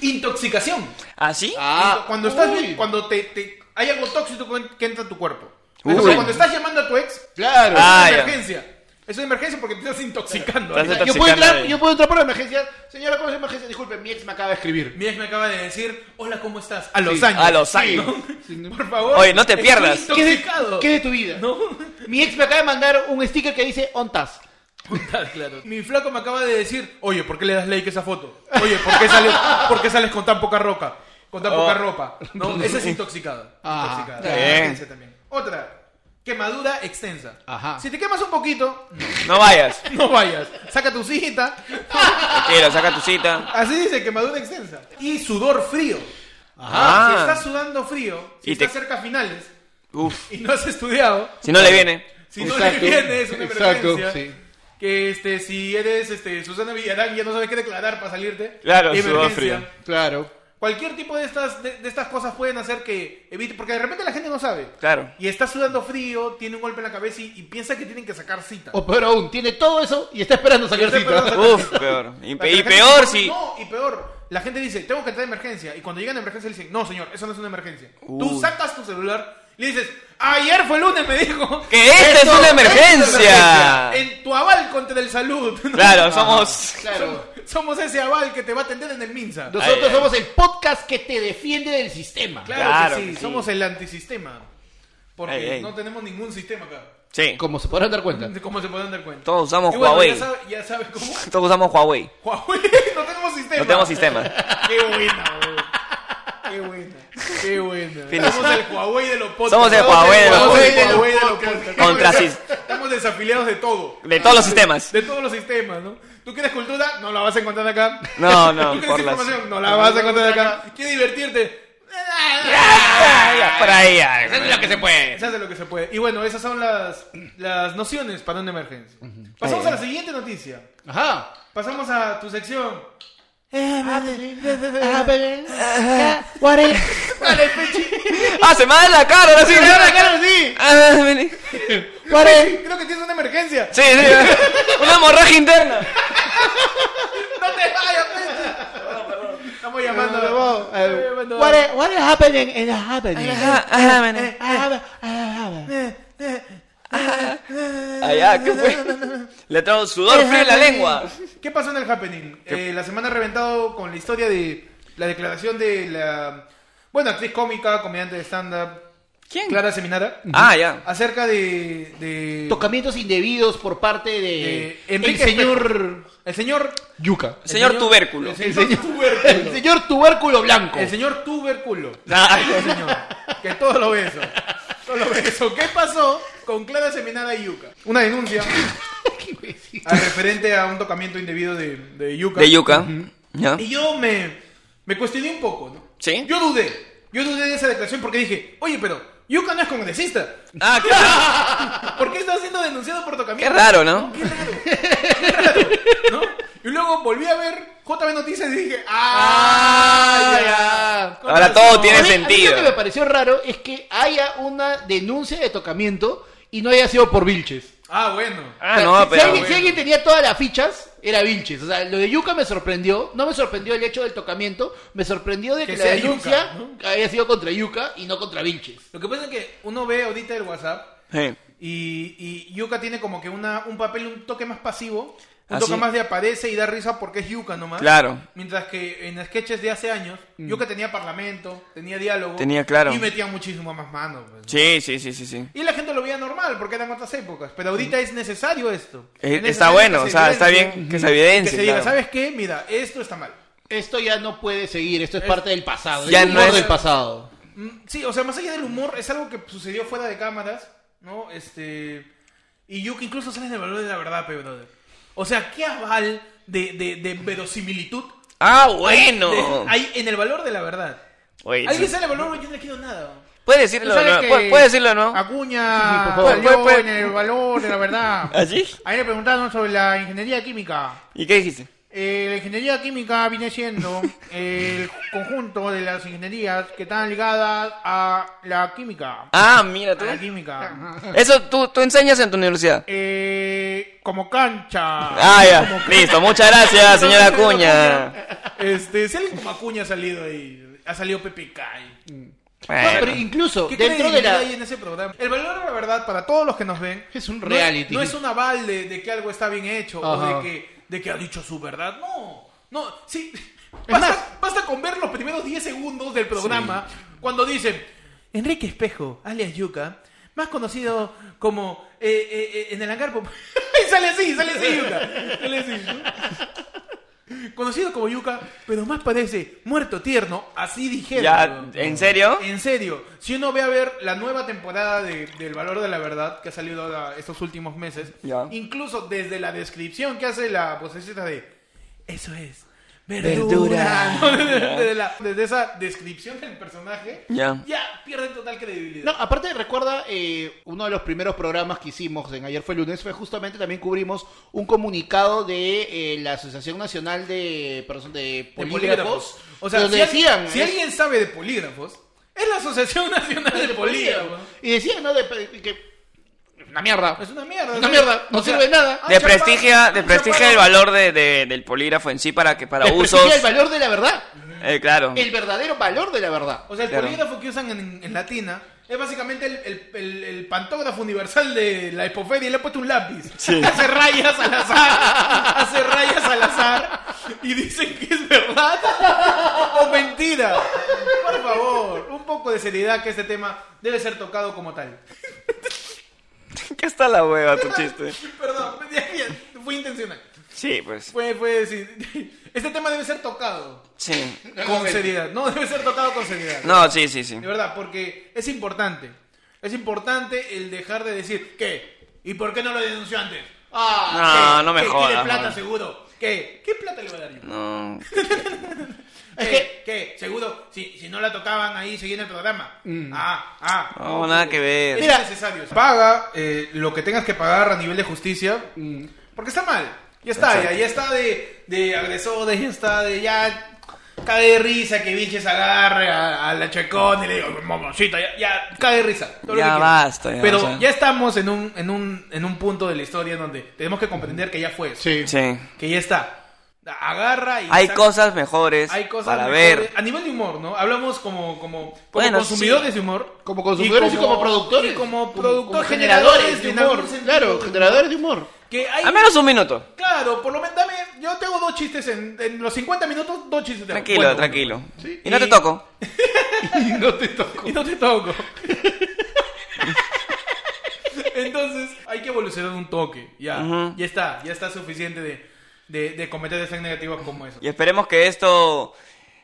intoxicación. ¿Ah, sí? Ah, cuando estás uy, bien, cuando te, te- hay algo tóxico que- que entra a tu cuerpo. Uy. O sea, cuando estás llamando a tu ex, Claro. Ah, es ya. una emergencia. Es una emergencia porque te estás intoxicando. Estás Ahorita- yo, puedo entrar, ahí. yo puedo entrar por la emergencia. Señora, ¿cómo es emergencia? Disculpe, mi ex me acaba de escribir. Mi ex me acaba de decir, hola, ¿cómo estás? A los Sí, años. a los años. Sí, no. Por favor. Oye, no te estoy pierdas. ¿Qué es, de, Intoxicado. qué es de tu vida? No. Mi ex me acaba de mandar un sticker que dice ONTAS. Mi flaco me acaba de decir, oye, ¿por qué le das like a esa foto? Oye, ¿por qué sales, por qué sales con tan poca ropa? Con tan Oh. poca ropa. No, ese es intoxicado. Ah, Intoxicado. está bien. Emergencia también. Otra, quemadura extensa. Ajá. Si te quemas un poquito, No vayas. no vayas. Saca tu cita. Tranquilo, saca tu cita. Así dice quemadura extensa. Y sudor frío. Ajá. Ah. Si estás sudando frío, si Y te- estás cerca a finales Uf. y no has estudiado, Si no le viene. si no le viene es una Exacto, emergencia. sí. Que este, si eres este, Susana Villarán y ya no sabes qué declarar para salirte. Claro, emergencia. sudor frío. Claro. Cualquier tipo de estas, de, de estas cosas pueden hacer que evite, porque de repente la gente no sabe. Claro. Y está sudando frío, tiene un golpe en la cabeza y, y piensa que tienen que sacar cita. O peor aún, tiene todo eso y está esperando Y sacar está esperando cita. sacar Uf, cita. peor. Y, Para pe- que y la gente peor diga, si. No, y peor. La gente dice, tengo que entrar de emergencia. Y cuando llegan a emergencia le dicen, no, señor, eso no es una emergencia. Tú Uy. sacas tu celular y le dices, ayer fue lunes, me dijo. ¡Que esta es "Esto una emergencia". emergencia! En tu aval contra el salud. ¿no? Claro, somos. Claro. Somos ese aval que te va a atender en el Minsa. Nosotros Ay, ay. somos el podcast que te defiende del sistema. Claro, Claro que sí, que sí. somos el antisistema. Porque Ey, ey. no tenemos ningún sistema acá. Sí. Como se podrán dar cuenta. ¿Cómo se pueden dar cuenta? Todos usamos Y bueno, Huawei. Ya sabes ya sabe cómo. Todos usamos Huawei. Huawei, no tenemos sistema. No tenemos sistema. Qué buena, güey. Qué buena. Qué buena. Fines. Somos el Huawei de los podcasts. Somos el Huawei de los Huawei podcasts. Huawei de los podcasts. Contra sis- Estamos desafiliados de todo. De todos los sistemas. De todos los sistemas, ¿no? ¿Tú quieres cultura? No la vas a encontrar acá. No, ¿Tú no, quieres por las- información? No la vas a encontrar acá. ¿Quieres divertirte? Ah, ya, Por ahí, ya. Eso es lo que se puede. Se hace lo que se puede. Y bueno, esas son las, las nociones para una emergencia. Pasamos a la siguiente noticia. Ajá. Pasamos a tu sección. Ah, se me da la cara, ahora sí. sí! Ah, vení. Creo que tienes una emergencia. Sí, sí. Una hemorragia interna. ¡No te vayas, Pechi! Estamos llamando Eh, Estamos Oh, eh, What llamando. is, what is happening in the happening? Ah, Ajá, ajá, Ah, vení. I have- I have- Allá, ¿qué fue? Le trajo sudor frío en la lengua. ¿Qué pasó en el happening? Eh, la semana ha reventado con la historia de la declaración de la. Bueno, actriz cómica, comediante de stand-up. ¿Quién? Clara Seminara. Ah, ya. Acerca de. de- Eh. Tocamientos indebidos por parte de de Enrique el señor Espejo. El señor. Yuca. el Señor tubérculo. El señor El tubérculo. señor tubérculo blanco. El señor tubérculo. Ah, Sí, señor. Que todo lo beso. Todo lo beso. ¿Qué pasó con Clara Seminara y Yuka? Una denuncia Qué imbécil. al referente a un tocamiento indebido de, de Yuka. De yuca. ¿Ya? Y yo me, me cuestioné un poco, ¿no? Sí. Yo dudé. Yo dudé de esa declaración porque dije, oye, pero Yuka no es congresista. Ah, qué raro, ¿Por qué está siendo denunciado por qué tocamiento? raro, ¿no? ¿No? Y luego volví a ver JB Noticias y dije, ¡ah! ya. Con Ahora razón. todo tiene A mí- a mí sentido. Lo que me pareció raro es que haya una denuncia de tocamiento y no haya sido por Vilches. Ah, bueno. Ah, O sea, no, si, si pero. alguien, si alguien tenía todas las fichas, era Vilches. O sea, lo de Yuca me sorprendió. No me sorprendió el hecho del tocamiento. Me sorprendió de Que que, la sea denuncia Yuca, haya sido contra Yuca y no contra Vilches. Lo que pasa es que uno ve ahorita el WhatsApp Sí. Y, y Yuka tiene como que una, un papel, un toque más pasivo, un Ah, toque sí. más de aparece y da risa porque es Yuka nomás. Claro. Mm. Mientras que en sketches de hace años, Yuka tenía parlamento, tenía diálogo. Tenía, claro. Y metía muchísimo más mano. pues. Sí, sí, sí, sí, sí. Y la gente lo veía normal porque eran otras épocas. Pero ahorita es necesario esto. Eh, Es está necesario bueno, que o se sea, está evidencie. bien que se Que evidencie. se diga, claro. ¿sabes qué? Mira, esto está mal. Esto ya no puede seguir. Esto es, parte del pasado. Ya es no humor es- del pasado. Mm, Sí, o sea, más allá del humor, es algo que sucedió fuera de cámaras, ¿no? Este. Y Yuki incluso sale del valor de la verdad, pe brother. O sea, ¿qué aval de, de, de verosimilitud Ah, de- bueno. hay en el valor de la verdad? Oye, Alguien sí. sale el valor, yo no le quiero nada. ¿Puedes Tú decirlo de sabes Ah. nuevo? que ¿Puedes- ¿Puedes decirlo de nuevo? Acuña Sí, por favor. salió Puede- en puede- el valor de la verdad. ¿Así? Ahí le preguntaron sobre la ingeniería química. ¿Ah, ¿Y qué dijiste? Eh, la ingeniería química viene siendo el conjunto de las ingenierías que están ligadas a la química. Ah, mira tú. A la química. Eso tú, tú enseñas en tu universidad. Eh, como cancha. Ah, ya. Listo, muchas gracias, señora Acuña. Este, si alguien como Acuña ha salido ahí, ha salido PPK. ahí. No, pero Bueno, incluso ¿Qué dentro de la... hay en ese programa? El valor de la verdad para todos los que nos ven Es un no reality. No es, un aval de, de que algo está bien hecho Ajá. o de que, de que ha dicho su verdad. No, no, sí. Es más- Basta, basta con ver los primeros 10 segundos del programa cuando dicen Enrique Espejo, alias Yuka, más conocido como eh, eh, eh, en el hangar. pop-". y sale así, sale así, Yuka. Sale así. ¿no? Conocido como yuca, pero más parece muerto tierno, así dijeron. Ya, ¿en serio? En serio. Si uno ve a ver la nueva temporada de, del Valor de la Verdad que ha salido ahora estos últimos meses, Ya. incluso desde la descripción que hace la vocecita de eso es verdura. Verdura. ¿no? Desde, desde la- desde esa descripción del personaje, Ya. ya pierde total credibilidad. No, aparte recuerda eh, uno de los primeros programas que hicimos en ayer fue lunes fue justamente también cubrimos un comunicado de eh, la Asociación Nacional de Perso- de de polígrafos, polígrafos. O sea, donde si, alguien- decían si es- alguien sabe de polígrafos, es la Asociación Nacional de Polígrafos. y decían no de, que una mierda, Es una mierda. Una o sea, mierda, no o sea, ah, sirve de nada. han De chapado- prestigia, han de prestigia chapado- el valor de, de- del polígrafo en sí para que para Desprestigia usos. el valor de la verdad, Eh, claro. el verdadero valor de la verdad. O sea, el Claro. polígrafo que usan en, en latina es básicamente el, el- el- el pantógrafo universal de la epopedia y le ha puesto un lápiz. Hace rayas al azar. Hace rayas al azar. Y dicen que es verdad o mentira. Por favor, un poco de seriedad que este tema debe ser tocado como tal. ¿Qué está la hueva tu chiste? Perdón, ya- ya, fue intencional. Sí, pues. Fue, fue, sí. Este tema debe ser tocado Sí. con seriedad. No, debe ser tocado con seriedad. No, sí, sí, sí. De verdad, porque es importante. Es importante el dejar de decir, ¿qué? ¿Y por qué no lo denunció antes? Ah, No, ¿Qué? no me ¿Qué? jodas, ¿Quiere plata man. seguro? ¿Qué? ¿Qué plata le va a dar yo? No. ¿Qué? Es que- ¿Qué? ¿Seguro? Si, si no la tocaban ahí, seguía en el programa. Ah, ah. No, nada que ver. Es Mira. necesario. Paga eh, lo que tengas que pagar a nivel de justicia. Porque está mal. Ya está, ya, ya está de, de agresores, ya está de ya. Cae de risa que biches agarre a, a la checón y le digo, mamacita, ya, ya, cae de risa. todo lo Ya que quieras. basta, ya, Pero o sea. ya estamos en un, en, un, en un punto de la historia donde tenemos que comprender que ya fue. eso, Sí. Sí. Que ya está. Agarra y. Hay saca- cosas mejores hay cosas para mejores. ver. A nivel de humor, ¿no? Hablamos como, como, como Bueno, consumidores sí. de humor. Como consumidores y como, productores, y como como productores, generadores de humor, claro, generadores de humor. Que hay, Al menos un minuto. Claro, por lo menos dame, yo tengo dos chistes en, en los 50 minutos, dos chistes. te hago. Tranquilo, Bueno, tranquilo. Sí. Y no te Y- toco. no te toco. Y no te toco. Entonces, hay que evolucionar un toque. Ya, Ujú. ya está, ya está suficiente de, de, de comentarios tan negativos como eso. Y esperemos que esto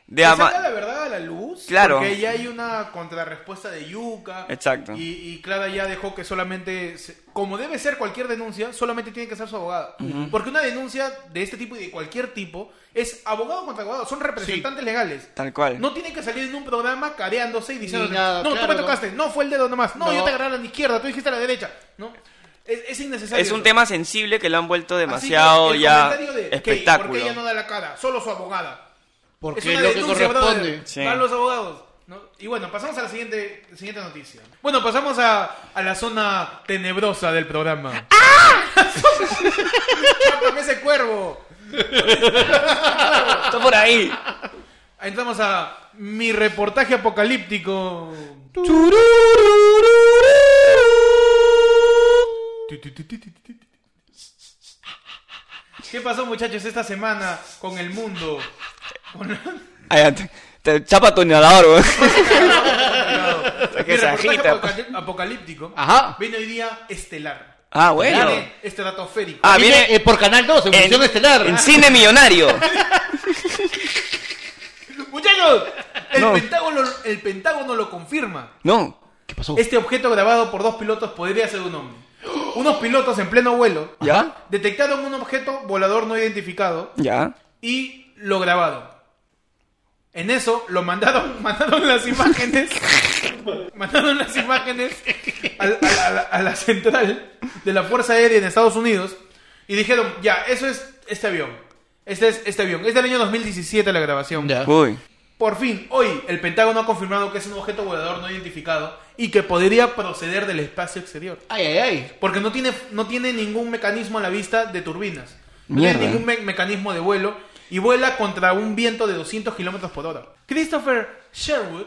de Que ama- salga la verdad a la luz. Claro. Porque ya hay una contrarrespuesta de Yuka. Exacto. Y, y Clara ya dejó que solamente, se- como debe ser cualquier denuncia, solamente tiene que ser su abogado. Porque una denuncia de este tipo y de cualquier tipo es abogado contra abogado. Son representantes legales. Tal cual. No tiene que salir en un programa careándose y diciendo, Ni nada, no, tú claro, me no. tocaste, no, fue el dedo nomás, no, No. yo te agarré a la izquierda, tú dijiste a la derecha. No, es, es innecesario. Es eso. un tema sensible que lo han vuelto Así que demasiado el ya comentario de, "¿Qué? ¿Por espectáculo. qué ella no da la cara? Solo su abogada. Porque Es es una lo que denuncia, corresponde. brother. Sí. Van los abogados. ¿no? Y bueno, pasamos a la siguiente, siguiente noticia. Bueno, pasamos a, a la zona tenebrosa del programa. ¡Ah! ¡Chápame ese cuervo! Está por ahí. Entramos a mi reportaje apocalíptico. ¿Qué pasó, muchachos, esta semana con el mundo? Con- Ay, te, te chapa tu inhalador, güey. que Mi se reportaje agita. pues. apocal- apocalíptico. Ajá. Viene hoy día estelar. Ah, bueno. Viene estratosférico. Ah, viene, viene- eh, por Canal 2, en función estelar. Ah, en cine millonario. Muchachos, el, No. Pentágono, el Pentágono lo confirma. No. ¿Qué pasó? Este objeto grabado por dos pilotos podría ser un hombre. Unos pilotos en pleno vuelo ¿Ya? detectaron un objeto volador no identificado ¿Ya? y lo grabaron. En eso lo mandaron, mandaron las imágenes, mandaron las imágenes al- al- a, la, a la central de la Fuerza Aérea en Estados Unidos y dijeron, ya, eso es este avión, este es este avión, es del año 2017 la grabación. Ya. Uy. Por fin, hoy el Pentágono ha confirmado que es un objeto volador no identificado y que podría proceder del espacio exterior. Ay, ay, ay. Porque no tiene, no tiene ningún mecanismo a la vista de turbinas. No Mierda. tiene ningún me- mecanismo de vuelo y vuela contra un viento de 200 kilómetros por hora. Christopher Sherwood.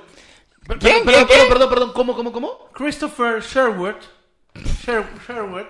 ¿Quién? Perdón, Perdón, ¿Quién? perdón, ¿Quién? perdón, perdón. ¿Cómo, cómo, cómo? Christopher Sherwood. Sher- Sherwood.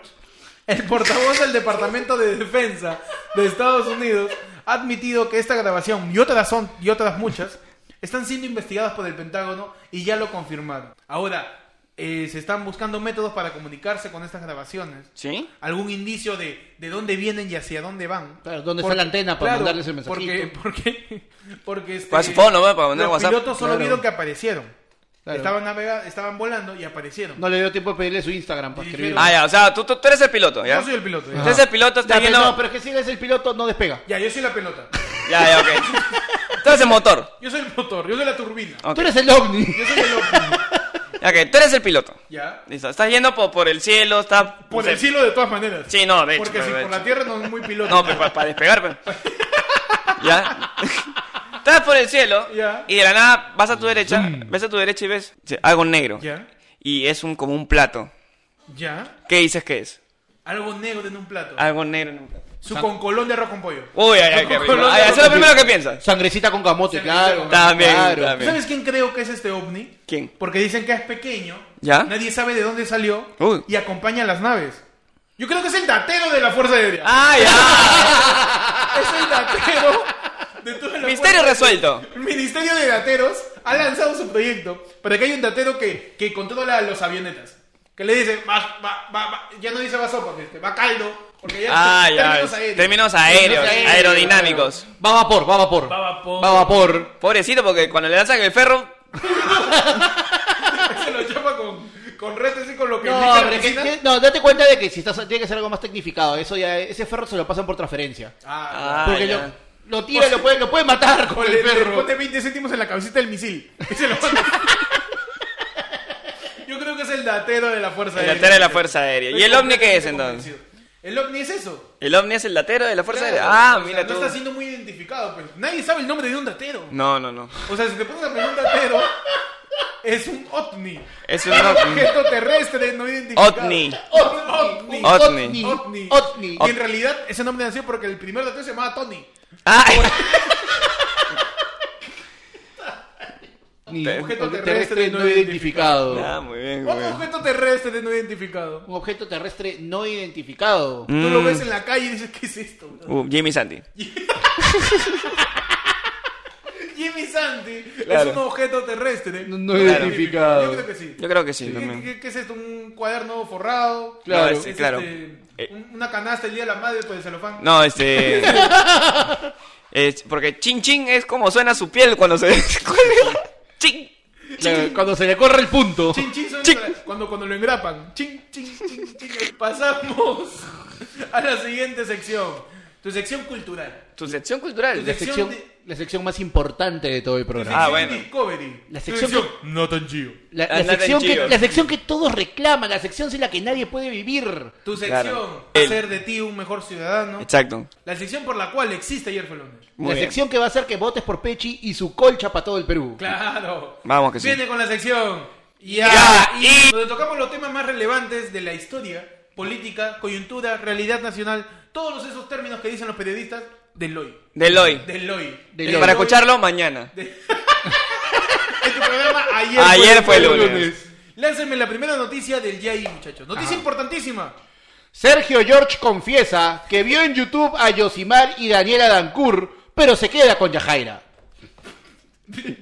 El portavoz del Departamento de Defensa de Estados Unidos ha admitido que esta grabación y otras, son, y otras muchas están siendo investigadas por el Pentágono y ya lo confirmaron. Ahora, eh, se están buscando métodos para comunicarse con estas grabaciones. ¿Sí? Algún indicio de, de dónde vienen y hacia dónde van. Claro, ¿dónde está la antena para mandarles el mensajito? Porque, porque, porque este, Para su phone, ¿no? Para mandar los WhatsApp. pilotos solo Claro. vieron que aparecieron. Claro. Estaban, navega- estaban volando y aparecieron. No le dio tiempo de pedirle su Instagram pues, para Y escribir. dijeron, Ah, ya, o sea, tú, tú, tú eres el piloto, ¿ya? Yo soy el piloto. Ya, Tú eres el piloto, está Ya, pero viendo... No, pero es que si eres el piloto, no despega. Ya, yo soy la pelota. Ya, ya, ok. Tú eres el motor. Yo soy el motor, yo soy la turbina. Ok. Tú eres el ovni. Yo soy el óptimo. Ok, tú eres el piloto. Ya. Listo, estás yendo por, por el cielo, está... Por no el sé. cielo de todas maneras. Sí, no, de hecho. Porque si de por hecho. la tierra no es muy piloto. No, pero para, despegar, pero. ¿Ya? Estás por el cielo Ya. Mm. y de la nada vas a tu derecha, ves a tu derecha y ves sí, algo negro. Ya. Y es un, como un plato. Ya. ¿Qué dices que es? Algo negro en un plato. Algo negro en un plato. Su concolón de arroz con pollo. Uy, ay, ay, qué rico. Ay, ah, eso es lo primero que piensas. Sangrecita con camote, claro. También, claro. también. ¿Sabes quién creo que es este ovni? ¿Quién? Porque dicen que es pequeño. ¿Ya? Nadie sabe de dónde salió. Uy. Y acompaña a las naves. Yo creo que es el datero de la Fuerza Aérea. ¡Ah, ya! Es el datero de toda la Misterio Fuerza- resuelto. El Ministerio de Dateros ha lanzado su proyecto para que haya un datero que, que controla los avionetas. Que le dice, va, va, va, va- ya no dice va sopa, este, va caldo. Porque ya Ah, ya. términos ves. aéreos. Términos aéreos, Términos aéreos, aerodinámicos. Va vapor, va vapor. Va vapor. Va vapor. Pobrecito, porque cuando le lanzan el ferro. Se lo chapa con, con retes y con lo que No, implica pero es que- resina. que- no, date cuenta de que si estás, tiene que ser algo más tecnificado. Eso ya, ese ferro se lo pasan por transferencia. Ah, Ah, Porque ya. lo, lo tira y lo puede, lo puede matar con le, el le ferro. pone 20 céntimos en la cabecita del misil. Y se lo manda. Yo creo que es el datero de la Fuerza El Aérea. datero de la Fuerza Aérea. ¿Y Estoy el ovni qué es, completamente convencido. El ovni es eso. El ovni es el datero de la fuerza Claro, aérea. Ah, o sea, mira No tú. está siendo muy identificado, pues. Nadie sabe el nombre de un datero. No, no, no. O sea, si te pones a pedir un datero, es un ovni. Es un ovni. objeto terrestre no identificado. Ovni. Ovni. Ot- Otni. Ovni. Otni. Y en realidad ese nombre nació porque el primer datero se llamaba Tony. Ah, Otni. Objeto Objeto terrestre terrestre no no identificado. Ah, muy bien, muy Otro bien. objeto terrestre no identificado. Un objeto terrestre no identificado. Tú lo Mm. ves en la calle y dices, ¿qué es esto? bro? Uh, Jimmy Sandy. Jimmy Sandy Claro. es un objeto terrestre. No- no identificado. Yo creo que sí. Yo creo que sí, ¿Qué- también. ¿Qué, qué es esto? ¿Un cuaderno forrado? Claro. No, este, Es, claro. este, Eh, un- una canasta el día de la madre pues, por el celofán. no, este. es porque chin chin es como suena su piel cuando se. chin. Claro, Cuando se le corre el punto. Chin, chin, son Chin. para- Cuando, cuando lo engrapan. Chin, chin, chin, chin. Pasamos a la siguiente sección. Tu sección cultural. Tu sección cultural. Tu La sección, de- la sección más importante de todo el Tu programa. Ah, sección bueno. Discovery. La Tu sección No tan chido. La, la Andate sección chido. que, la sección que todos reclaman, la sección sin la que nadie puede vivir. Tu sección. Claro. Hacer de ti un mejor ciudadano. Exacto. La sección por la cual existe ayer fue lunes. Muy la bien. sección que va a hacer que votes por Pechi y su colcha para todo el Perú. Claro. Vamos que sí. Viene con la sección. Ya. Ya, y- Donde tocamos los temas más relevantes de la historia, política, coyuntura, realidad nacional, todos esos términos que dicen los periodistas del hoy. Del hoy. Del hoy. Del Y Del hoy. para hoy. escucharlo mañana. En tu programa ayer, Ayer fue lunes. Láncenme la primera noticia del día ahí, muchachos. Noticia importantísima. Sergio George confiesa que vio en YouTube a Yosimar y Daniela Dancourt, pero se queda con Yajaira.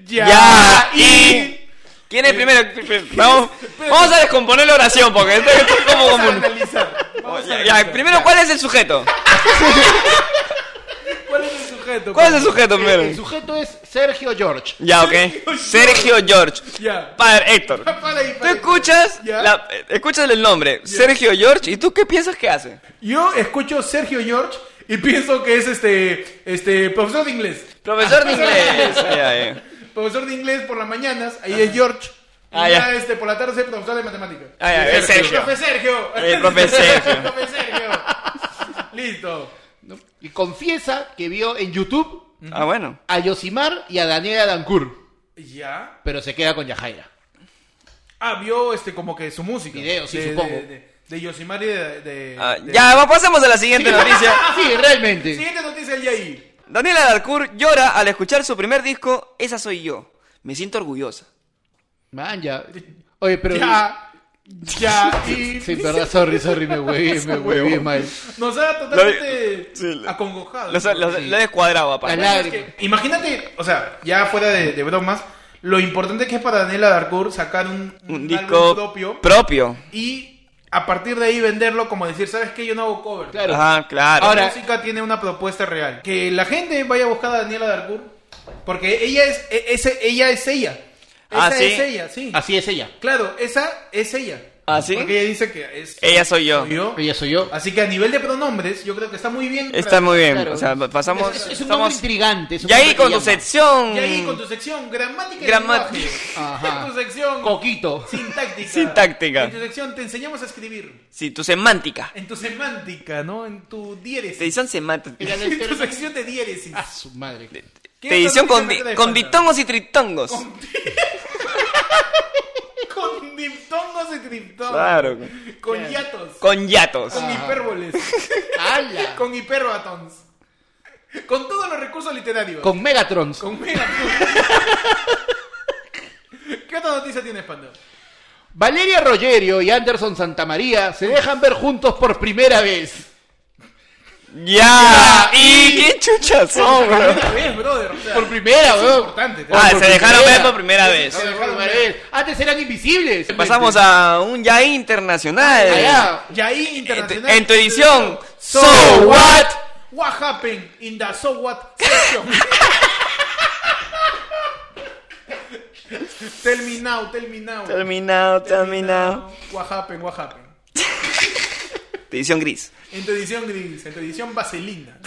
Ya, y. ¿Quién es primero? Vamos, Espérate. vamos a descomponer la oración porque esto, esto es como. Vamos como a un- analizar. Vamos a Ya, ya, analizar. primero, ¿cuál es el sujeto? ¿Cuál es el sujeto? ¿Cuál es el sujeto El, el primero? sujeto es Sergio George. Ya, ok. Sergio George. Ya. Padre Héctor. Para ahí, para Tú ahí. escuchas, Ya. la- eh, escuchas el nombre, Sergio George, ¿y tú qué piensas que hace? Yo escucho Sergio George y pienso que es este, este profesor de inglés. Profesor de inglés. Ah, Ya, ya. Profesor de inglés por las mañanas, ahí es George. Y Ah, ya, ya. este, por la tarde es profesor de matemáticas. Ah, ya, es Sergio. Profe Sergio. El profe Sergio. Profe Sergio. Listo. ¿no? Y confiesa que vio en YouTube Ah, bueno. a Yosimar y a Daniela Dancourt, Ya. pero se queda con Yajaira. Ah, vio este como que su música. Videos, sí, de, supongo. De, de, de Yosimar y de, de- Ah, de- ya, va, pasemos a la siguiente noticia. Sí, realmente. Siguiente noticia el Yair. Daniela Darcourt llora al escuchar su primer disco, Esa Soy Yo. Me siento orgullosa. Man, ya. Oye, pero... Ya, ya, y... Sí, verdad, sorry, sorry, me hueví, me hueví mal. Nos ha totalmente Lo- sí, lo- acongojados. Lo, lo- Sí. lo he descuadrado, La aparte. Es que, imagínate, o sea, ya fuera de, de bromas, lo importante que es para Daniela Darcourt sacar un, Un, un disco álbum propio propio. y a partir de ahí venderlo como decir, ¿sabes qué? Yo no hago cover. Claro. Ajá, claro. Ahora, la Ahora- música tiene una propuesta real. Que la gente vaya a buscar a Daniela Darcourt porque ella es, e- ese- ella es ella. Esa Ah, ¿sí? es ella, sí. Así es ella. Claro, esa es ella. ¿Ah, sí? Porque ella dice que es ella soy yo. soy yo. Ella soy yo. Así que a nivel de pronombres, yo creo que está muy bien. Está muy bien. Claro. O sea, pasamos. Es, es un nombre estamos... intrigante. es un Y ahí nombre que con tu llama. sección. Y ahí con tu sección, gramática y Gramat- lenguaje. Ajá. En tu sección, Coquito. sintáctica. Sintáctica. En tu sección, te enseñamos a escribir. Sí, tu semántica. En tu semántica, ¿no? En tu Te diéresis. dicen semántica. Mira, En tu sección de diéresis. Ah, su madre. ¿Qué Te otra dicen con, noticia me di- traes, con Panda? diptongos y triptongos. Con diptongos y triptongos. Claro. Con hiatos. Con, Con yatos. Ah. hipérboles. ¡Hala! Con, con hiperbatons. Con todos los recursos literarios. Megatrons. Con mega. ¿Qué otra noticia tienes, Panda? Valeria Rogerio y Anderson Santamaría se dejan ver juntos por primera vez. Ya. Ya, ¿Y y- qué chuchas son, bro? Otra vez, brother. O sea, Por primera, es weón. importante. te- Ah, por se dejaron ver primera. por primera vez. Se dejaron ver. Antes eran invisibles. Pasamos a un ya internacional. Allá. Y ahí, En tu- Ah, internacional. en tu edición. So, So what? What happened in the so what section? tell me now, tell me now. Terminado, terminado. What happened, what happened. Tu edición gris. En tu edición gris, en tu edición vaselina.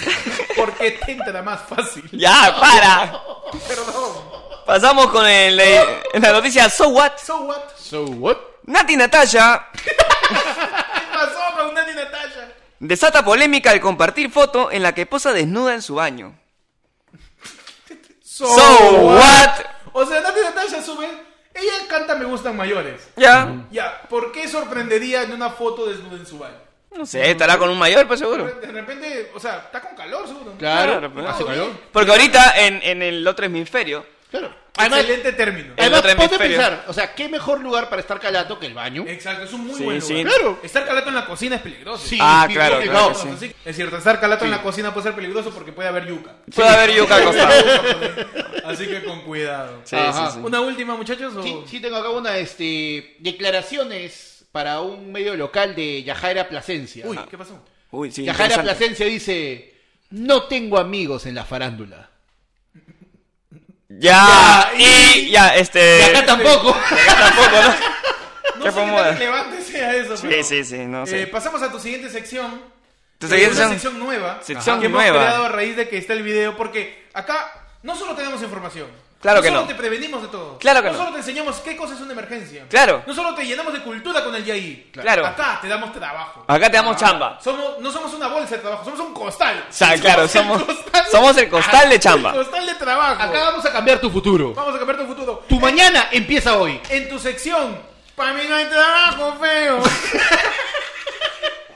Porque te entra más fácil. Ya, para. Perdón. Pasamos con el, eh, la noticia So What. So what? So what? Nati Natasha ¿Qué pasó con Nani Natasha? desata polémica al compartir foto en la que posa desnuda en su baño. So, what? O sea, Nati Natasha sube. Ella canta Me Gustan Mayores. Ya. Ya, ¿por qué sorprendería en una foto desnuda en su baño? No sé, estará con un mayor, pues seguro. De repente, o sea, está con calor, seguro. Ah, Claro. Ah, Claro, pues. Hace calor. Porque ahorita en, en el otro hemisferio. Claro. Además, Excelente término. El además otro ponte a hemisferio. pensar. O sea, ¿qué mejor lugar para estar calato que el baño? Exacto, es un muy Sí, buen lugar. sí. Claro. Estar calato en la cocina es peligroso. Sí, Ah, sí, claro, sí, claro no. que sí. Así que, Es cierto, estar calato en la cocina puede ser peligroso porque puede haber yuca. Puede haber yuca al costado. Así que con cuidado. Sí, Ajá. sí, sí. Una última, muchachos. ¿o? Sí, sí tengo acá una, este, declaraciones para un medio local de Yajaira Plasencia. Uy, ¿qué pasó? Uy, sí. Yajaira interesante. Plasencia dice, no tengo amigos en la farándula. Ya. Ya, Y ya, Y este. acá tampoco. Tampoco, ¿no? ¿Qué No sé qué podemos tan hacer? relevante sea eso, Sí, pero- sí, sí, no Eh, sé. pasamos a tu siguiente sección. Tu Eh, siguiente una sección. sección nueva. Sección que hemos nueva. creado a raíz de que está el video. Porque acá no solo tenemos información. Claro que solo no. te prevenimos de todo. Claro que no. solo te enseñamos qué cosa es una emergencia. Claro. No solo te llenamos de cultura con el YI. Claro. Acá te damos trabajo. Ah, Acá te damos chamba. Somos, no somos una bolsa de trabajo, somos un costal. O sea, claro, el somos, costal- somos el costal de el chamba. costal de trabajo. Acá vamos a cambiar tu futuro. Vamos a cambiar tu futuro. Eh, Tu mañana empieza hoy. En tu sección, para mí no hay trabajo, feo.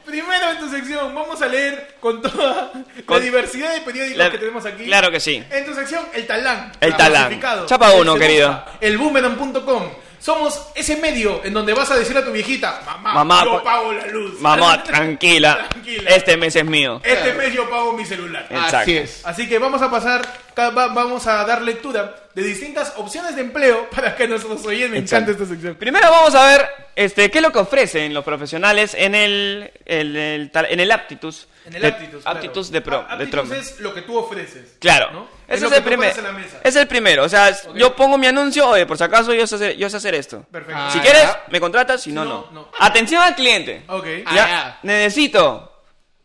Primero en tu sección, vamos a leer con toda la Con- diversidad de periódicos La- que tenemos aquí. Claro que sí. En tu sección, el talán. El talán. Clasificado. Chapa El uno, Se querido. Busca, El boomerang.com. Somos ese medio en donde vas a decir a tu viejita, mamá, Mamá, yo cu- pago la luz. Mamá, tranquila. Tranquila. Este Eh. mes es mío. Este mes yo pago mi celular. Exacto. Así es. Así que vamos a pasar, ca- va- vamos a dar lectura de distintas opciones de empleo para que nuestros oyentes Exacto. encante esta sección. Primero vamos a ver este, qué es lo que ofrecen los profesionales en el, el- el tal- en el aptitus. En el de- aptitus. claro. aptitus de pro. A- de aptitus Trump. es lo que tú ofreces. Claro. ¿no? Ese Es lo es, que el tú pones primero. en la mesa. Es el primero. O sea, es- Ok. yo pongo mi anuncio, oye, por si acaso yo sé hacer, yo sé hacer esto. Perfecto. Ah, Si quieres, ya. me contratas, si no, No, no. no. Atención al cliente. Ok. Ah, Ya. ya. Necesito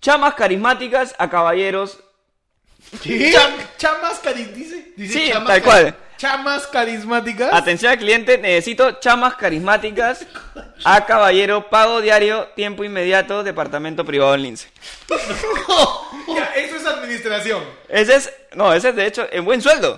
chamas carismáticas a caballeros. ¿Qué? Cham- chamas cari- dice, dice Sí, chamas tal cari- cual. Chamas carismáticas. Atención al cliente, necesito chamas carismáticas a caballero, pago diario, tiempo inmediato, departamento privado en Lince. Ya, eso es administración. Ese es, no, ese es de hecho en buen sueldo.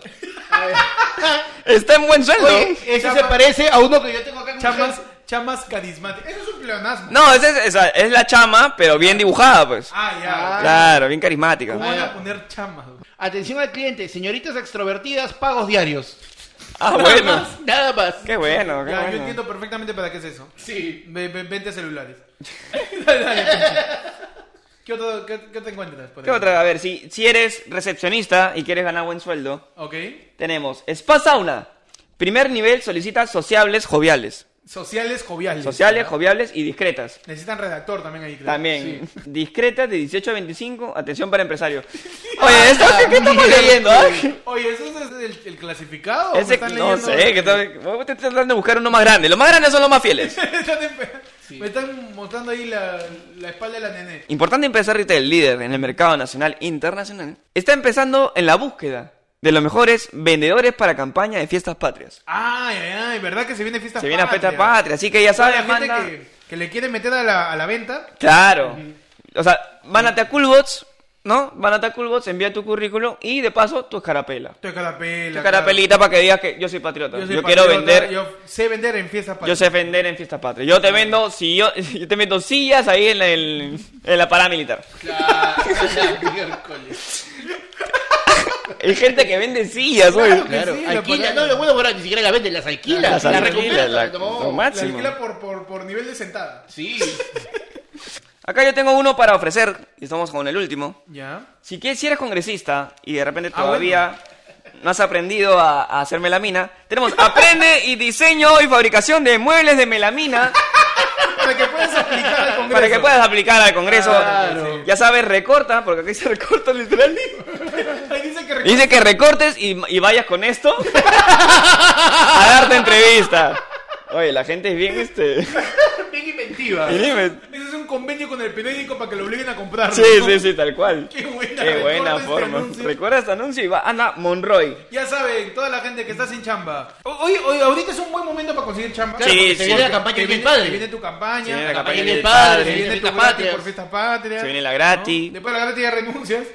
Está en buen sueldo. Oye, ese Chama- se parece a uno que yo tengo acá. en mi Chamas, casa. chamas carismáticas. Eso es un pleonasmo. No, ese es, esa es la chama, pero bien dibujada, pues. Ah, ya. Ah. Claro, bien carismática. ¿Cómo Ah, van a ya. poner chamas? Atención al cliente, señoritas extrovertidas, pagos diarios. Ah, bueno. Nada más. Qué bueno, qué Ya, yo bueno. entiendo perfectamente para qué es eso. Sí. Ve- ve- Vente celulares. Dale, dale, Pinchi. ¿Qué, otro, qué, qué te encuentras? por ¿Qué ahí? otra? A ver, si, si eres recepcionista y quieres ganar buen sueldo, Ok. tenemos Spa Sauna, Primer nivel solicita sociables, joviales. Sociales joviales. Sociales, joviales y discretas. Necesitan redactor también ahí, creo. También. Sí. Discretas de 18 a 25, atención para empresarios. Oye, ¿esto qué, qué estamos leyendo? ah? Oye, ¿eso es el, el clasificado? ¿O Ese, están no leyendo- sé, que tal- vos te estás tratando de buscar uno más grande. Los más grandes son los más fieles. Están en- Me están mostrando ahí la, la espalda de la nené. Importante empezar retail líder en el mercado nacional e internacional. Está empezando en la búsqueda de los mejores vendedores para campaña de fiestas patrias. Ay, ay, ay, ¿verdad que se viene fiesta Se viene a fiesta patria? patria, así que ya Toda sabes, la gente manda... que, que le quiere meter a la, a la venta. Claro. O sea, van a Coolbots, ¿no? Van a Coolbots, envía tu currículum y de paso tu escarapela. Tu escarapela. Tu carapelita para que digas que yo soy patriota. claro. Yo, soy quiero patriota, vender. Yo... Yo sé vender en fiesta patria. sé vender en fiestas patrias. Yo te vendo, si yo, yo te vendo sillas ahí en, el, en la paramilitar. Claro, la miércoles. Hay gente que vende sillas, güey. Claro. Claro, Sí, la alquila, pagamos. no, lo bueno, bueno, ni siquiera la venden, las alquilas, las, Las alquilas, recuperas. la- no. lo La máximo. alquila por, por, por nivel de sentada. Sí, Acá yo tengo uno para ofrecer, y estamos con el último. Ya. Si quieres, si eres congresista y de repente Ah, bueno. todavía no has aprendido a, a hacer melamina, tenemos aprende y diseño y fabricación de muebles de melamina Para que puedas aplicar al Congreso. para que puedas aplicar al Congreso. Claro. Ya sabes, recorta, porque aquí se recorta literal. Ahí dice que Dice que recortes y, y vayas con esto a darte entrevista. Oye, la gente es bien este. bien inventiva. y dime- Ese es un convenio con el periódico para que lo obliguen a comprar. Sí, ¿no? sí, sí, tal cual. Qué buena, Qué buena recuerda este forma. anuncio. Recuerda este anuncio y va Ana Monroy. Ya saben, toda la gente que está sin chamba. O- Hoy, hoy, ahorita es un buen momento para conseguir chamba. Sí, porque sí. se viene la campaña Te de mi viene, padre. te viene tu Se campaña. viene la La campaña campaña del del Se padre, padre, se viene viene tu la gratis patria. por fiesta patria. Se viene la Ah, ¿no? gratis. Después de la gratis ya renuncias.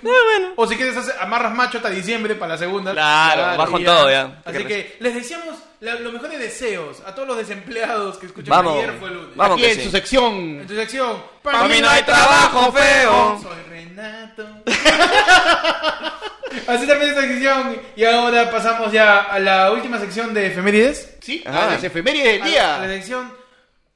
O si quieres, hacer, amarras macho hasta diciembre para la segunda. Claro, vas y con todo ya. Así que les deseamos la- los mejores deseos a todos los desempleados que escuchan Vamos. ayer fue el lunes. Vamos Aquí que en sí. su sección. En tu sección. Pa' mí no hay trabajo feo. Soy Renato. Así termina esta sección. Y ahora pasamos ya a la última sección de efemérides. Sí, Ah. a las efemérides del A la día. elección.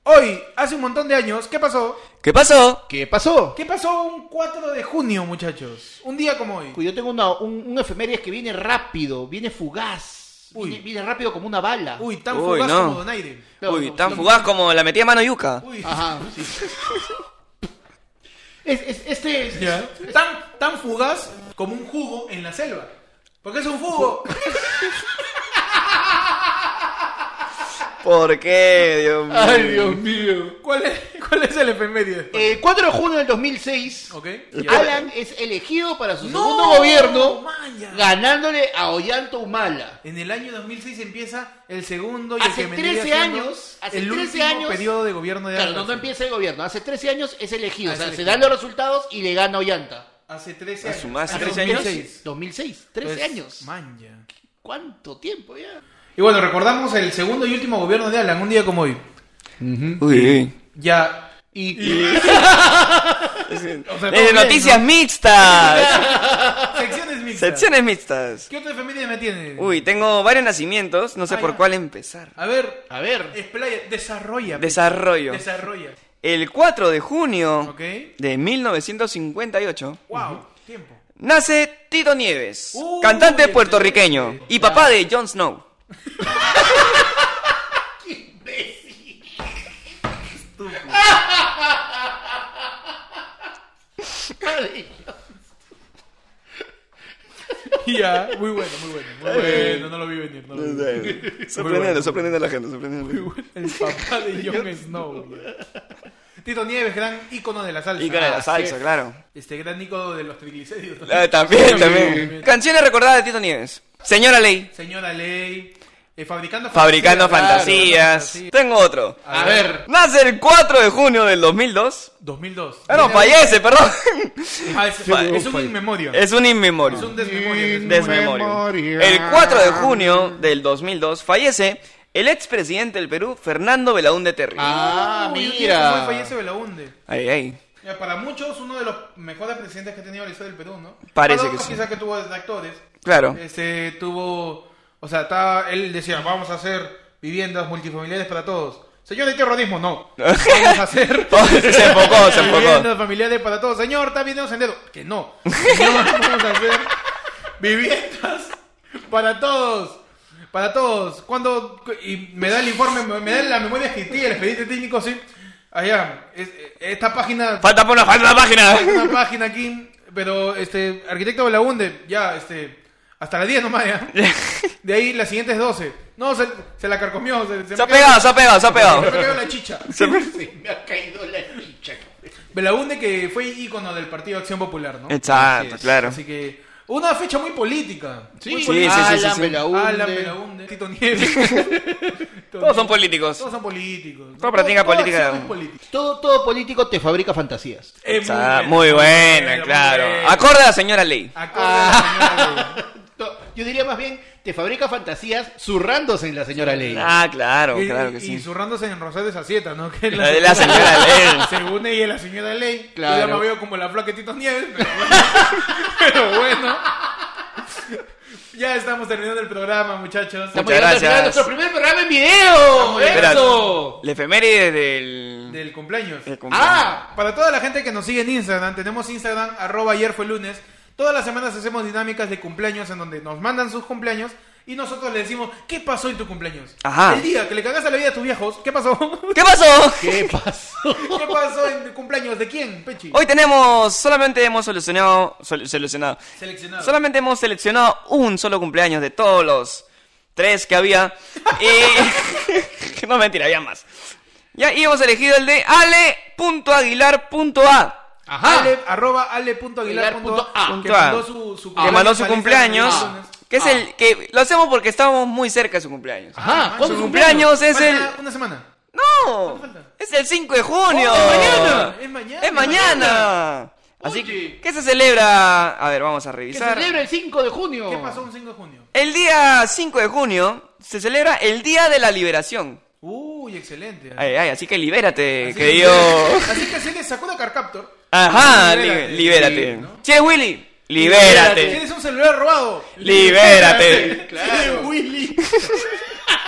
Hoy, hace un montón de años, ¿qué pasó? ¿Qué pasó? ¿Qué pasó? ¿Qué pasó un 4 de junio, muchachos? Un día como hoy. Yo tengo una, un, un efemérides que viene rápido, viene fugaz. Uy. Viene, viene rápido como una bala. Uy, tan Uy, fugaz no. como Donaire. No, Uy, no, tan no. fugaz como la metía mano yuca. Uy, Ajá, sí. Es- es- este es- ya. Tan, tan fugaz como un jugo en la selva. Porque es un jugo. ¿Por qué? Dios mío. Ay, Dios mío. ¿Cuál es, cuál es el efeméride? Eh, 4 de junio del 2006, ok. ya. Alan es elegido para su No, segundo gobierno, Maya. ganándole a Ollanta Humala. En el año 2006 empieza el segundo y el Hace que vendría 13 siendo años, hace el 13 último años. periodo de gobierno de Claro, Alan. no, no empieza el gobierno. Hace 13 años es elegido. Ah, o sea, es se elegido. dan los resultados y le gana a Ollanta. Hace 13 A años. su madre, ¿hace Hace 13 años? 2006. 2006, 13 Entonces, años. Manja. ¿Cuánto tiempo ya? Y bueno, recordamos el segundo y último gobierno de Alan, un día como hoy. Uy, uy. Ya. Y, O sea, todo Eh, bien, noticias ¿no? mixtas. Secciones mixtas. Secciones mixtas. ¿Qué otra familia me tiene? Uy, tengo varios nacimientos, no sé Ah, por ya. cuál empezar. A ver, a ver, explaya, desarrolla. pe- Desarrollo. Desarrolla. El 4 de junio Ok. de 1958 Wow, tiempo. nace Tito Nieves, Uy, cantante excelente. puertorriqueño y papá de Jon Snow. Ya, muy bueno, muy bueno. Muy bueno, no lo vi venir. No lo vi venir. Sorprendiendo, sorprendiendo a la gente, sorprendiendo. El papá de Jon Snow. güey. Tito Nieves, gran ícono de la salsa. Y con la Ah, salsa, claro. Este gran ícono de los triglicéridos. Ah, También, también. Canciones recordadas de Tito Nieves. Señora Ley, Señora Ley. eh, fabricando fabricando Claro, fantasías. fantasía. Tengo otro. a ver. Nace el 4 de junio del 2002. 2002. Ah, no, fallece, perdón. Ah, es, es un inmemorio. Es un inmemorio. Es un desmemorio. desmemorio. desmemorio. El 4 de junio del 2002 fallece el expresidente del Perú, Fernando Belaúnde Terry. Ah, Uy, un día como hoy mira. fallece Belaunde. Ay, ay. Mira, para muchos, uno de los mejores presidentes que ha tenido la historia del Perú, ¿no? Parece Para otros, que sí. quizás que tuvo desde actores. Claro. Este, tuvo... O sea, estaba, él decía, vamos a hacer viviendas multifamiliares para todos. Señor, hay terrorismo, no. Vamos a hacer... Oh, se enfocó, se enfocó. Viviendas familiares para todos. Señor, está viviendo en dedo. Que no. Señor, vamos a hacer viviendas para todos. Para todos, cuando y me da el informe, me, me da la memoria escrita, el expediente técnico, sí. Allá, es- esta página, Falta por una, falta una página. una página aquí, pero este, arquitecto Belaunde, ya, este, hasta las 10 nomás, ya. De ahí las siguientes 12. No, se, se la carcomió. Se, Se ha pegado, se ha pegado, se ha pegado. Se me pegado. cayó la chicha. Se me ha caído la chicha. Belaunde que fue ícono del Partido Acción Popular, ¿no? Exacto, Así es. claro. Así que, una fecha muy política. Ah, Sí, sí, sí, Alan sí. Belaunde. Alan Belaunde, Tito Nieves. Todos son políticos. Todos son políticos. Todo practica Toda política. acción es política. Todo, todo político te fabrica fantasías. Es Está buena, muy buena, buena, muy claro. buena. Acorde a la señora Ley. Acorde Ah. a la señora Ley. To- Yo diría más bien, te fabrica fantasías zurrándose en la señora Ley. Ah, claro, y, claro que y sí. zurrándose en Rosales Acieta, ¿no? Que es La de la señora Ley. Según ella, la señora Ley. Yo ya Claro. me veo como la flaquetita Nieves, pero bueno. pero bueno. Ya estamos terminando el programa, muchachos. Muchas Estamos llegando al final de gracias. Nuestro primer programa en video. Espera, ¡Eso! la efeméride del... Del cumpleaños. del cumpleaños. Ah, Para toda la gente que nos sigue en Instagram, tenemos Instagram, arroba ayer fue lunes. Todas las semanas hacemos dinámicas de cumpleaños en donde nos mandan sus cumpleaños y nosotros le decimos, ¿qué pasó en tu cumpleaños? Ajá. El día que le cagaste la vida a tus viejos, ¿qué pasó? ¿Qué pasó? ¿qué pasó? ¿Qué pasó en tu cumpleaños? ¿De quién, Pechi? Hoy tenemos, solamente hemos solucionado, sol- solucionado, Seleccionado. solamente hemos seleccionado un solo cumpleaños de todos los tres que había. Y... no mentira, había más. Ya, y hemos elegido el de ale.aguilar.a. Ajá. Ale, arroba ale.aguilar.a, Aguilar.a. que Punto A. mandó su, su Ah. Que mandó su a la cumpleaños, lista de lunes. que es el que lo hacemos porque estamos muy cerca de Ah, su cumpleaños. Ajá, Su ¿cuándo es cumpleaños? es el- Falta Una semana. ¡No! Es el 5 de junio. Oh, es mañana, es mañana, Es mañana. Así Oye. que, ¿qué se celebra? A ver, vamos a Que revisar. celebra el 5 de junio. ¿Qué pasó un 5 de junio? El día 5 de junio se celebra el Día de la Liberación. Uy, excelente. Ay, ay, así que libérate, Así que- querido. Así que si le sacó una Carcaptor. Ajá, libérate. li- libérate. Sí, ¿no? Che, Willy, libérate. Tienes un celular robado. Libérate. Claro. Willy.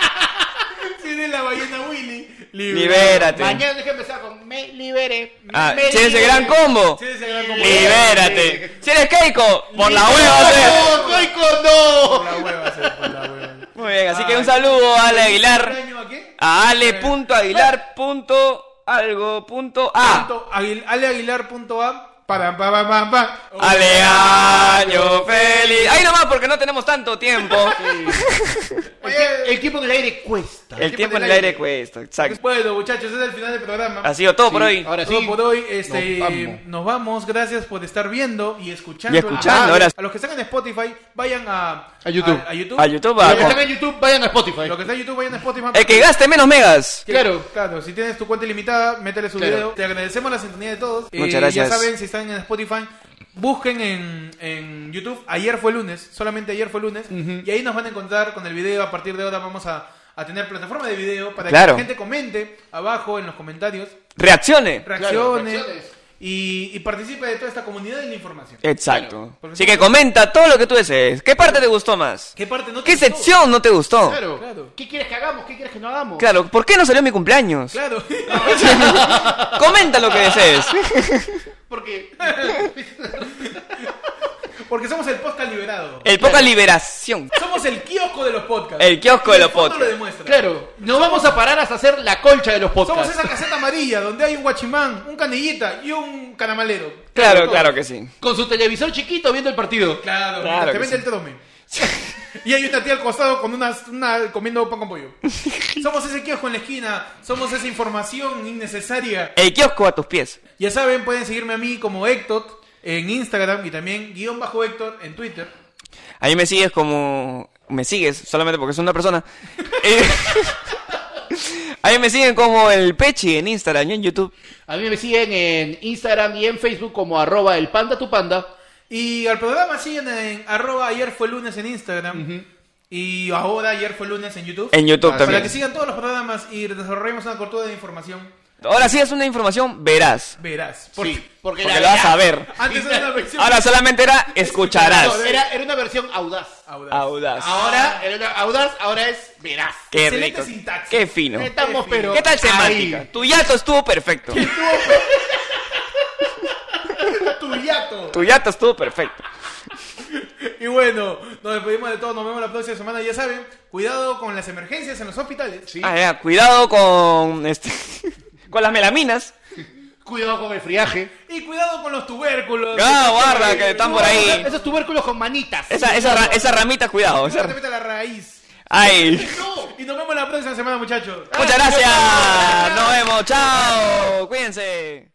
Tiene la ballena Willy. Libérate. Mañana deja empezar con Me liberé. Ah, me che, ese liberé. gran combo. Sí, ese gran combo. Libérate. Si eres Keiko, por la ¡No, hueva. che. no, Goico, no! Por la hueva, se- por la hueva. Muy bien, así que un Ay. saludo a Ale Aguilar. ¿Cumpleaños a qué? A ale.aguilar.algo.a. Punto Aguil- Aleaguilar.a. Para, pa, pa, pa, pa. Aleaño feliz. Ahí nomás porque no tenemos tanto tiempo. El tie- El tiempo en el aire cuesta. El tiempo en el aire cuesta, exacto. Bueno, muchachos, ese es el final del programa. Ha sido todo por Sí, hoy. Ahora Todo sí. por hoy, este, Nos nos vamos. vamos. gracias por estar viendo y escuchando. Y escuchando, ahora- A los que están en Spotify, vayan a, A YouTube. A, YouTube. A YouTube, Los a- que están en YouTube, vayan a Spotify. Los que están en YouTube, vayan a Spotify. El que gaste menos megas. Que- Claro. Claro, si tienes tu cuenta ilimitada, métele su Claro. video. Te agradecemos la sintonía de todos. Eh, Muchas gracias. Ya saben, si están en Spotify, busquen en, en YouTube. Ayer fue lunes, solamente ayer fue lunes. Y ahí nos van a encontrar con el video. A partir de ahora vamos a, a tener plataforma de video para Claro. que la gente comente abajo en los comentarios, Reaccione. reaccione reacciones. y, y participe de toda esta comunidad de la información. Eh, Exacto. Claro. Así que comenta todo lo que tú desees. ¿Qué parte te gustó más? ¿Qué parte no ¿Qué te gustó? sección no te gustó? Claro. Claro. ¿Qué quieres que hagamos? ¿Qué quieres que no hagamos? Claro, ¿por qué no salió mi cumpleaños? Claro. Comenta lo que desees. Porque Porque somos el podcast liberado. El poca liberación. Somos el kiosco de los podcasts. El kiosco de Y el los fondo podcasts. lo demuestra. Claro, no vamos a parar hasta hacer la colcha de los Somos podcasts. esa caseta amarilla donde hay un guachimán, un canillita y un canamalero. Claro, claro que sí. Con su televisor chiquito viendo el partido. Claro, Claro te que vende sí. el trome. Y hay una tía al costado con una, una- comiendo pan con pollo. Somos ese kiosco en la esquina, somos esa información innecesaria. El kiosco a tus pies. Ya saben, pueden seguirme a mí como Hector en Instagram y también guión bajo Hector en Twitter. Ahí me sigues como... Me sigues solamente porque soy una persona. Eh, Ahí me siguen como el Pechi en Instagram y en YouTube. A mí me siguen en Instagram y en Facebook como arroba el panda tu panda. Y al programa siguen en arroba ayer fue lunes en Instagram. Y ahora ayer fue lunes en YouTube. En YouTube Ah, también. Para que sigan todos los programas y desarrollemos una cortura de información Ahora sí es una información veraz. verás. Sí, porque Porque la lo vas verdad- a ver. Antes era una versión Ahora solamente era escucharás. No, era, era una versión audaz. audaz. Audaz. Ahora era una- audaz, ahora es veraz. Qué Excelente rico. sintaxis. Qué fino. Estamos, Qué pero. ¿Qué tal ahí. semántica? Tu yato estuvo perfecto. Tu yato. Tu yato estuvo perfecto. Y bueno, nos despedimos de todo. Nos vemos la próxima semana. Ya saben, cuidado con las emergencias en los hospitales. Sí. Ah, ya, cuidado con este con las melaminas. Cuidado con el friaje. Y cuidado con los tubérculos. Ah, guarda, que están por ahí. Esos tubérculos con manitas. Esa, esa, ra- esa ramita, cuidado. esa No te ra- metas la raíz. Ay. Y nos vemos la próxima semana, muchachos. Muchas gracias. Nos vemos. Chao. Cuídense.